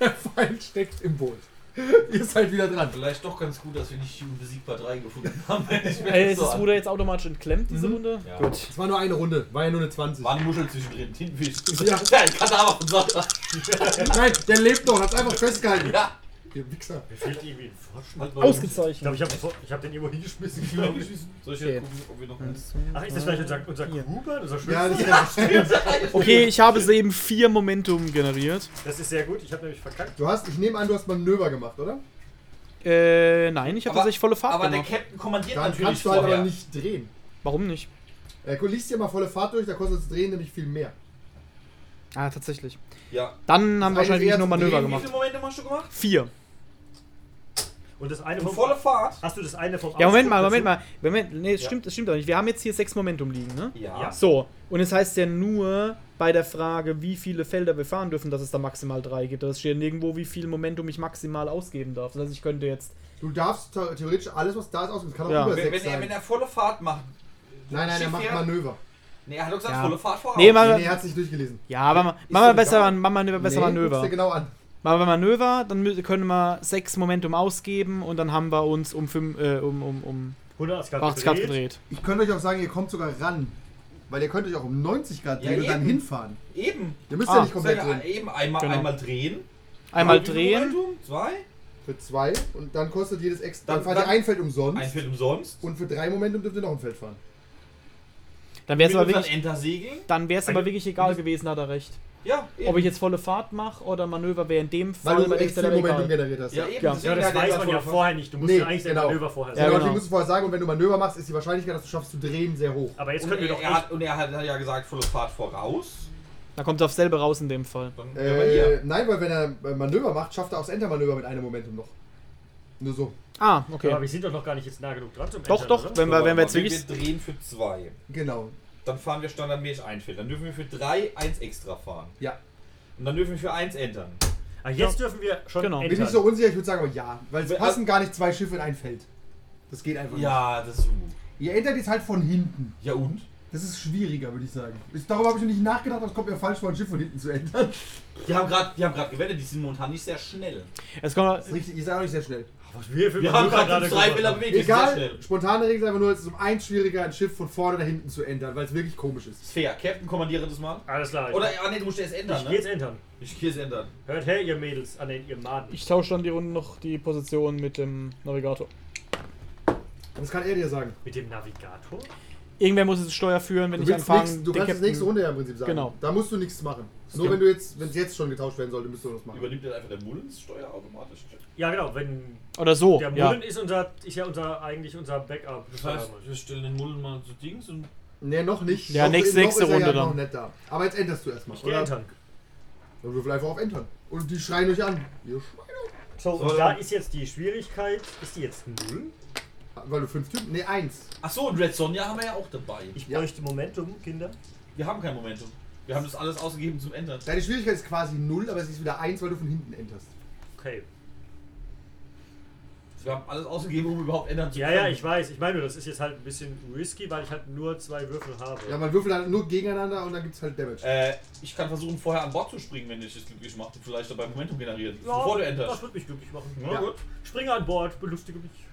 [SPEAKER 2] Der Pfeil steckt im Boot. [laughs] ihr seid wieder dran.
[SPEAKER 5] Vielleicht doch ganz gut, dass wir nicht Unbesiegbar 3 gefunden haben. wenn [laughs] ich mir
[SPEAKER 4] ist. Äh,
[SPEAKER 5] das
[SPEAKER 4] ist
[SPEAKER 5] so
[SPEAKER 4] das
[SPEAKER 5] an-
[SPEAKER 4] Ruder jetzt automatisch entklemmt, diese
[SPEAKER 2] Mhm.
[SPEAKER 4] Runde?
[SPEAKER 5] Ja.
[SPEAKER 4] Gut.
[SPEAKER 2] Es war nur eine Runde, war ja nur eine 20.
[SPEAKER 5] War eine Muschel zwischendrin, Tintenfisch.
[SPEAKER 2] [laughs] Ja.
[SPEAKER 5] ja ich kann da aber von Sachen.
[SPEAKER 2] Nein, der lebt noch, hat's einfach festgehalten.
[SPEAKER 5] Ja.
[SPEAKER 2] Ihr
[SPEAKER 5] [laughs]
[SPEAKER 2] Wichser.
[SPEAKER 3] Mir fehlt irgendwie ein
[SPEAKER 5] Halt
[SPEAKER 3] Fortschritt.
[SPEAKER 5] mal-
[SPEAKER 3] Ich glaube,
[SPEAKER 4] Ausgezeichnet.
[SPEAKER 3] ich habe ich hab den irgendwo hingeschmissen.
[SPEAKER 5] Wie
[SPEAKER 3] glaub
[SPEAKER 5] lange
[SPEAKER 3] ich.
[SPEAKER 5] schießen? Soll ich
[SPEAKER 4] Okay.
[SPEAKER 5] jetzt
[SPEAKER 4] Hm.
[SPEAKER 5] gucken, ob wir noch eins.
[SPEAKER 3] Ach, ist das vielleicht unser, unser Kuba? Unser
[SPEAKER 2] Ja,
[SPEAKER 3] schönstes?
[SPEAKER 2] das ist ja.
[SPEAKER 4] Okay, ich habe eben vier Momentum generiert.
[SPEAKER 3] Das ist sehr gut. Ich habe nämlich verkackt.
[SPEAKER 2] Du hast, ich nehme an, du hast Manöver gemacht, oder?
[SPEAKER 4] Äh, nein, ich habe
[SPEAKER 5] Aber-
[SPEAKER 4] tatsächlich volle Fahrt
[SPEAKER 5] Aber der
[SPEAKER 4] gemacht.
[SPEAKER 5] Captain kommandiert
[SPEAKER 2] Dann
[SPEAKER 5] natürlich
[SPEAKER 2] kannst du halt
[SPEAKER 5] vorher.
[SPEAKER 2] aber nicht drehen.
[SPEAKER 4] Warum nicht?
[SPEAKER 2] Äh, guck, liest dir mal volle Fahrt durch, da kostet das Drehen nämlich viel mehr.
[SPEAKER 4] Ah, tatsächlich.
[SPEAKER 5] Ja.
[SPEAKER 4] Dann haben
[SPEAKER 2] eine
[SPEAKER 4] wir wahrscheinlich
[SPEAKER 2] eher
[SPEAKER 4] nur
[SPEAKER 2] zum
[SPEAKER 4] Manöver
[SPEAKER 2] Drehen,
[SPEAKER 5] Wie
[SPEAKER 4] gemacht.
[SPEAKER 5] viele Momente hast du gemacht?
[SPEAKER 4] Vier.
[SPEAKER 3] Und das eine
[SPEAKER 5] Und
[SPEAKER 3] vom.
[SPEAKER 5] volle Fahrt.
[SPEAKER 3] Hast du das eine vom
[SPEAKER 4] Ja, Moment mal,
[SPEAKER 3] Ausdruck
[SPEAKER 4] Moment mal. Moment, nee, es
[SPEAKER 5] Ja.
[SPEAKER 4] stimmt, es stimmt doch nicht. Wir haben jetzt hier sechs Momentum liegen, ne?
[SPEAKER 3] Ja.
[SPEAKER 4] So, und es heißt ja nur bei der Frage, wie viele Felder wir fahren dürfen, dass es da maximal drei gibt. Das steht ja nirgendwo, wie viel Momentum ich maximal ausgeben darf. Das heißt, ich könnte jetzt.
[SPEAKER 2] Du darfst the- theoretisch alles, was da ist, ausgeben. Es kann auch
[SPEAKER 4] Ja.
[SPEAKER 2] über
[SPEAKER 5] Wenn,
[SPEAKER 2] 6
[SPEAKER 5] wenn, er,
[SPEAKER 2] sein.
[SPEAKER 5] wenn er volle Fahrt macht.
[SPEAKER 2] nein, nein, er
[SPEAKER 5] Schiff
[SPEAKER 2] macht
[SPEAKER 5] her-
[SPEAKER 2] Manöver.
[SPEAKER 5] Nee, er hat doch gesagt,
[SPEAKER 4] Ja.
[SPEAKER 5] volle Fahrt voraus.
[SPEAKER 4] Nee,
[SPEAKER 2] Oh, Nee,
[SPEAKER 4] mal,
[SPEAKER 2] nee, er hat sich durchgelesen.
[SPEAKER 4] ja, aber ma-
[SPEAKER 2] Ist
[SPEAKER 4] machen wir
[SPEAKER 2] doch
[SPEAKER 4] besser,
[SPEAKER 2] egal.
[SPEAKER 4] machen wir besser
[SPEAKER 2] nee, guck's
[SPEAKER 4] Manöver.
[SPEAKER 2] dir genau an.
[SPEAKER 4] Machen wir Manöver, dann mü- können wir sechs Momentum ausgeben und dann haben wir uns um fünf, äh, um, um, um
[SPEAKER 3] 180 Grad
[SPEAKER 4] 80 Grad
[SPEAKER 3] gedreht.
[SPEAKER 4] gedreht.
[SPEAKER 2] Ich könnte euch auch sagen, ihr kommt sogar ran. Weil ihr könnt euch auch um 90 Grad
[SPEAKER 5] Ja,
[SPEAKER 2] drehen und dann
[SPEAKER 5] eben.
[SPEAKER 2] hinfahren.
[SPEAKER 5] Eben.
[SPEAKER 2] Ihr müsst
[SPEAKER 4] Ah,
[SPEAKER 2] ja nicht
[SPEAKER 5] Sag
[SPEAKER 2] komplett
[SPEAKER 5] ja,
[SPEAKER 2] drehen.
[SPEAKER 5] eben einmal,
[SPEAKER 4] Genau.
[SPEAKER 5] einmal drehen.
[SPEAKER 4] Einmal
[SPEAKER 5] Wie viel
[SPEAKER 4] drehen.
[SPEAKER 5] Momentum? Zwei.
[SPEAKER 2] Für zwei und dann kostet jedes extra. Dann,
[SPEAKER 5] Dann-
[SPEAKER 2] fahrt ihr
[SPEAKER 5] dann-
[SPEAKER 2] ein Feld umsonst.
[SPEAKER 5] Ein Feld umsonst.
[SPEAKER 2] Und für drei Momentum dürft ihr noch ein Feld fahren.
[SPEAKER 4] Dann wäre es aber
[SPEAKER 5] Mit uns
[SPEAKER 4] wirklich,
[SPEAKER 5] an Entersee ging?
[SPEAKER 4] dann wär's aber wirklich egal gewesen, hat er recht.
[SPEAKER 5] Ja, eben.
[SPEAKER 4] Ob ich jetzt volle Fahrt mache oder Manöver wäre in dem
[SPEAKER 2] Weil
[SPEAKER 4] Fall
[SPEAKER 2] du
[SPEAKER 4] bei dem
[SPEAKER 2] extrem
[SPEAKER 4] Steller
[SPEAKER 2] Momentum
[SPEAKER 4] egal.
[SPEAKER 2] generiert hast.
[SPEAKER 5] ja, eben. deswegen
[SPEAKER 3] Ja,
[SPEAKER 4] Ja.
[SPEAKER 5] hat
[SPEAKER 3] das
[SPEAKER 5] er
[SPEAKER 3] weiß
[SPEAKER 5] gesagt,
[SPEAKER 3] man ja
[SPEAKER 5] voll-
[SPEAKER 3] vorher nicht. Du musst
[SPEAKER 2] Nee,
[SPEAKER 3] ja eigentlich
[SPEAKER 2] genau.
[SPEAKER 3] den Manöver vorher
[SPEAKER 2] Ja,
[SPEAKER 4] Ja,
[SPEAKER 3] sagen.
[SPEAKER 2] genau.
[SPEAKER 4] genau.
[SPEAKER 2] Deswegen musst du vorher sagen, und wenn du Manöver machst, ist die Wahrscheinlichkeit, dass du schaffst zu drehen, sehr hoch.
[SPEAKER 3] Aber jetzt
[SPEAKER 5] Und
[SPEAKER 3] können wir
[SPEAKER 5] er,
[SPEAKER 3] doch
[SPEAKER 5] er
[SPEAKER 3] echt.
[SPEAKER 5] hat, und er hat hat ja gesagt, volle Fahrt voraus.
[SPEAKER 4] Da kommt er auf selbe raus in dem Fall.
[SPEAKER 5] Dann wären wir hier.
[SPEAKER 2] Äh, nein, weil wenn er äh, Manöver macht, schafft er aufs Entermanöver mit einem Momentum noch. Nur so.
[SPEAKER 4] Ah,
[SPEAKER 3] Aber
[SPEAKER 4] okay.
[SPEAKER 3] wir sind doch noch gar nicht jetzt nah genug dran zum
[SPEAKER 4] Doch,
[SPEAKER 3] Entern,
[SPEAKER 4] doch,
[SPEAKER 3] oder?
[SPEAKER 4] wenn wir, wenn wir jetzt
[SPEAKER 5] Warte mal,
[SPEAKER 4] wirklich.
[SPEAKER 5] Wir drehen für zwei.
[SPEAKER 2] Genau.
[SPEAKER 5] Dann fahren wir standardmäßig ein Feld. Dann dürfen wir für drei eins extra fahren.
[SPEAKER 2] Ja.
[SPEAKER 5] Und dann dürfen wir für eins entern.
[SPEAKER 3] Ah, jetzt dürfen wir schon
[SPEAKER 4] Genau.
[SPEAKER 2] Bin
[SPEAKER 3] entern.
[SPEAKER 2] ich so unsicher, ich würde sagen, aber ja. Weil es
[SPEAKER 5] Wenn-
[SPEAKER 2] passen gar nicht zwei Schiffe in ein Feld. Das geht einfach
[SPEAKER 5] Ja, das.
[SPEAKER 2] nicht. Ihr entert jetzt halt von hinten.
[SPEAKER 5] Ja und?
[SPEAKER 2] Das ist schwieriger, würde ich sagen. Ich, darüber habe ich noch nicht nachgedacht, aber es kommt mir falsch vor, ein Schiff von hinten zu entern.
[SPEAKER 5] Die haben gerade, die haben gerade gewettet. Die sind momentan nicht sehr schnell.
[SPEAKER 4] Es kommt,
[SPEAKER 2] Das ist richtig, ihr seid auch nicht sehr schnell.
[SPEAKER 3] Was wir für
[SPEAKER 5] Wir haben
[SPEAKER 3] Manöver
[SPEAKER 5] gerade drei
[SPEAKER 3] gemacht
[SPEAKER 5] Fehler
[SPEAKER 3] haben.
[SPEAKER 5] bewegt. die sind Sehr schnell.
[SPEAKER 2] Egal, spontane Regel ist einfach nur, es ist um eins schwieriger, ein Schiff von vorne nach hinten zu entern, weil es wirklich komisch ist.
[SPEAKER 5] Ist fair. Captain, kommandiere das mal.
[SPEAKER 3] Alles klar.
[SPEAKER 5] Oder,
[SPEAKER 3] ich,
[SPEAKER 5] ah nee, du musst erst ändern,
[SPEAKER 3] ich
[SPEAKER 5] ne?
[SPEAKER 3] geh jetzt entern.
[SPEAKER 5] Ich geh jetzt ändern.
[SPEAKER 3] Hört her, ihr Mädels, an den ihr Maden.
[SPEAKER 4] ich tausche dann die Runde noch die Position mit dem Navigator.
[SPEAKER 2] Das kann er dir sagen.
[SPEAKER 3] Mit dem Navigator?
[SPEAKER 4] Irgendwer muss das Steuer führen, wenn
[SPEAKER 2] Du,
[SPEAKER 4] ich
[SPEAKER 2] willst
[SPEAKER 4] anfange.
[SPEAKER 2] nix, du
[SPEAKER 4] den
[SPEAKER 2] kannst das
[SPEAKER 4] Captain-
[SPEAKER 2] nächste Runde ja im Prinzip sagen.
[SPEAKER 4] Genau.
[SPEAKER 2] Da musst du nichts machen. Nur
[SPEAKER 4] geht.
[SPEAKER 2] wenn du jetzt, wenn es jetzt schon getauscht werden sollte, müsstest du das machen.
[SPEAKER 5] Übernimmt dann einfach der Mullens Steuer automatisch.
[SPEAKER 3] Ja, genau. Wenn
[SPEAKER 4] Oder so.
[SPEAKER 3] der
[SPEAKER 4] Oh, ja.
[SPEAKER 3] Mullen ist unser, ist ja unser eigentlich unser Backup.
[SPEAKER 5] wir stellen den Mullen mal zu Dings und.
[SPEAKER 2] Nee, noch nicht.
[SPEAKER 4] Ja,
[SPEAKER 2] noch,
[SPEAKER 4] nächste-
[SPEAKER 2] noch
[SPEAKER 4] nächste
[SPEAKER 2] ist er ja
[SPEAKER 4] Runde
[SPEAKER 2] noch
[SPEAKER 4] dann.
[SPEAKER 2] nicht da. Aber jetzt enterst du erstmal,
[SPEAKER 3] ich geh
[SPEAKER 2] oder?
[SPEAKER 3] entern.
[SPEAKER 2] Dann würfel einfach auf Entern. Und die schreien euch an. Ihr Schweine.
[SPEAKER 3] So,
[SPEAKER 5] So,
[SPEAKER 3] und da
[SPEAKER 5] dann-
[SPEAKER 3] ist jetzt die Schwierigkeit. Ist die jetzt null?
[SPEAKER 2] Weil du fünf Typen. Nee, eins.
[SPEAKER 5] Achso, und Red Sonja haben wir ja auch dabei.
[SPEAKER 3] Ich
[SPEAKER 2] Ja.
[SPEAKER 3] bräuchte Momentum, Kinder.
[SPEAKER 5] Wir haben kein Momentum. Wir haben das alles ausgegeben zum Ändern.
[SPEAKER 2] Deine Schwierigkeit ist quasi null, aber es ist wieder eins, weil du von hinten enterst.
[SPEAKER 3] Okay.
[SPEAKER 5] Wir haben alles ausgegeben, um überhaupt ändern zu
[SPEAKER 3] Ja,
[SPEAKER 5] können.
[SPEAKER 3] ja, ich weiß. Ich meine, nur, das ist jetzt halt ein bisschen risky, weil ich halt nur zwei Würfel habe.
[SPEAKER 2] Ja, man würfelt halt nur gegeneinander und dann gibt's halt Damage.
[SPEAKER 5] Äh, ich kann versuchen, vorher an Bord zu springen, wenn ich es glücklich mache. und Vielleicht dabei Momentum generieren.
[SPEAKER 3] Ja,
[SPEAKER 5] bevor du
[SPEAKER 3] Das
[SPEAKER 5] enterst.
[SPEAKER 3] wird mich glücklich machen.
[SPEAKER 5] Na
[SPEAKER 2] Ja.
[SPEAKER 5] gut.
[SPEAKER 3] Springe an Bord, belustige mich.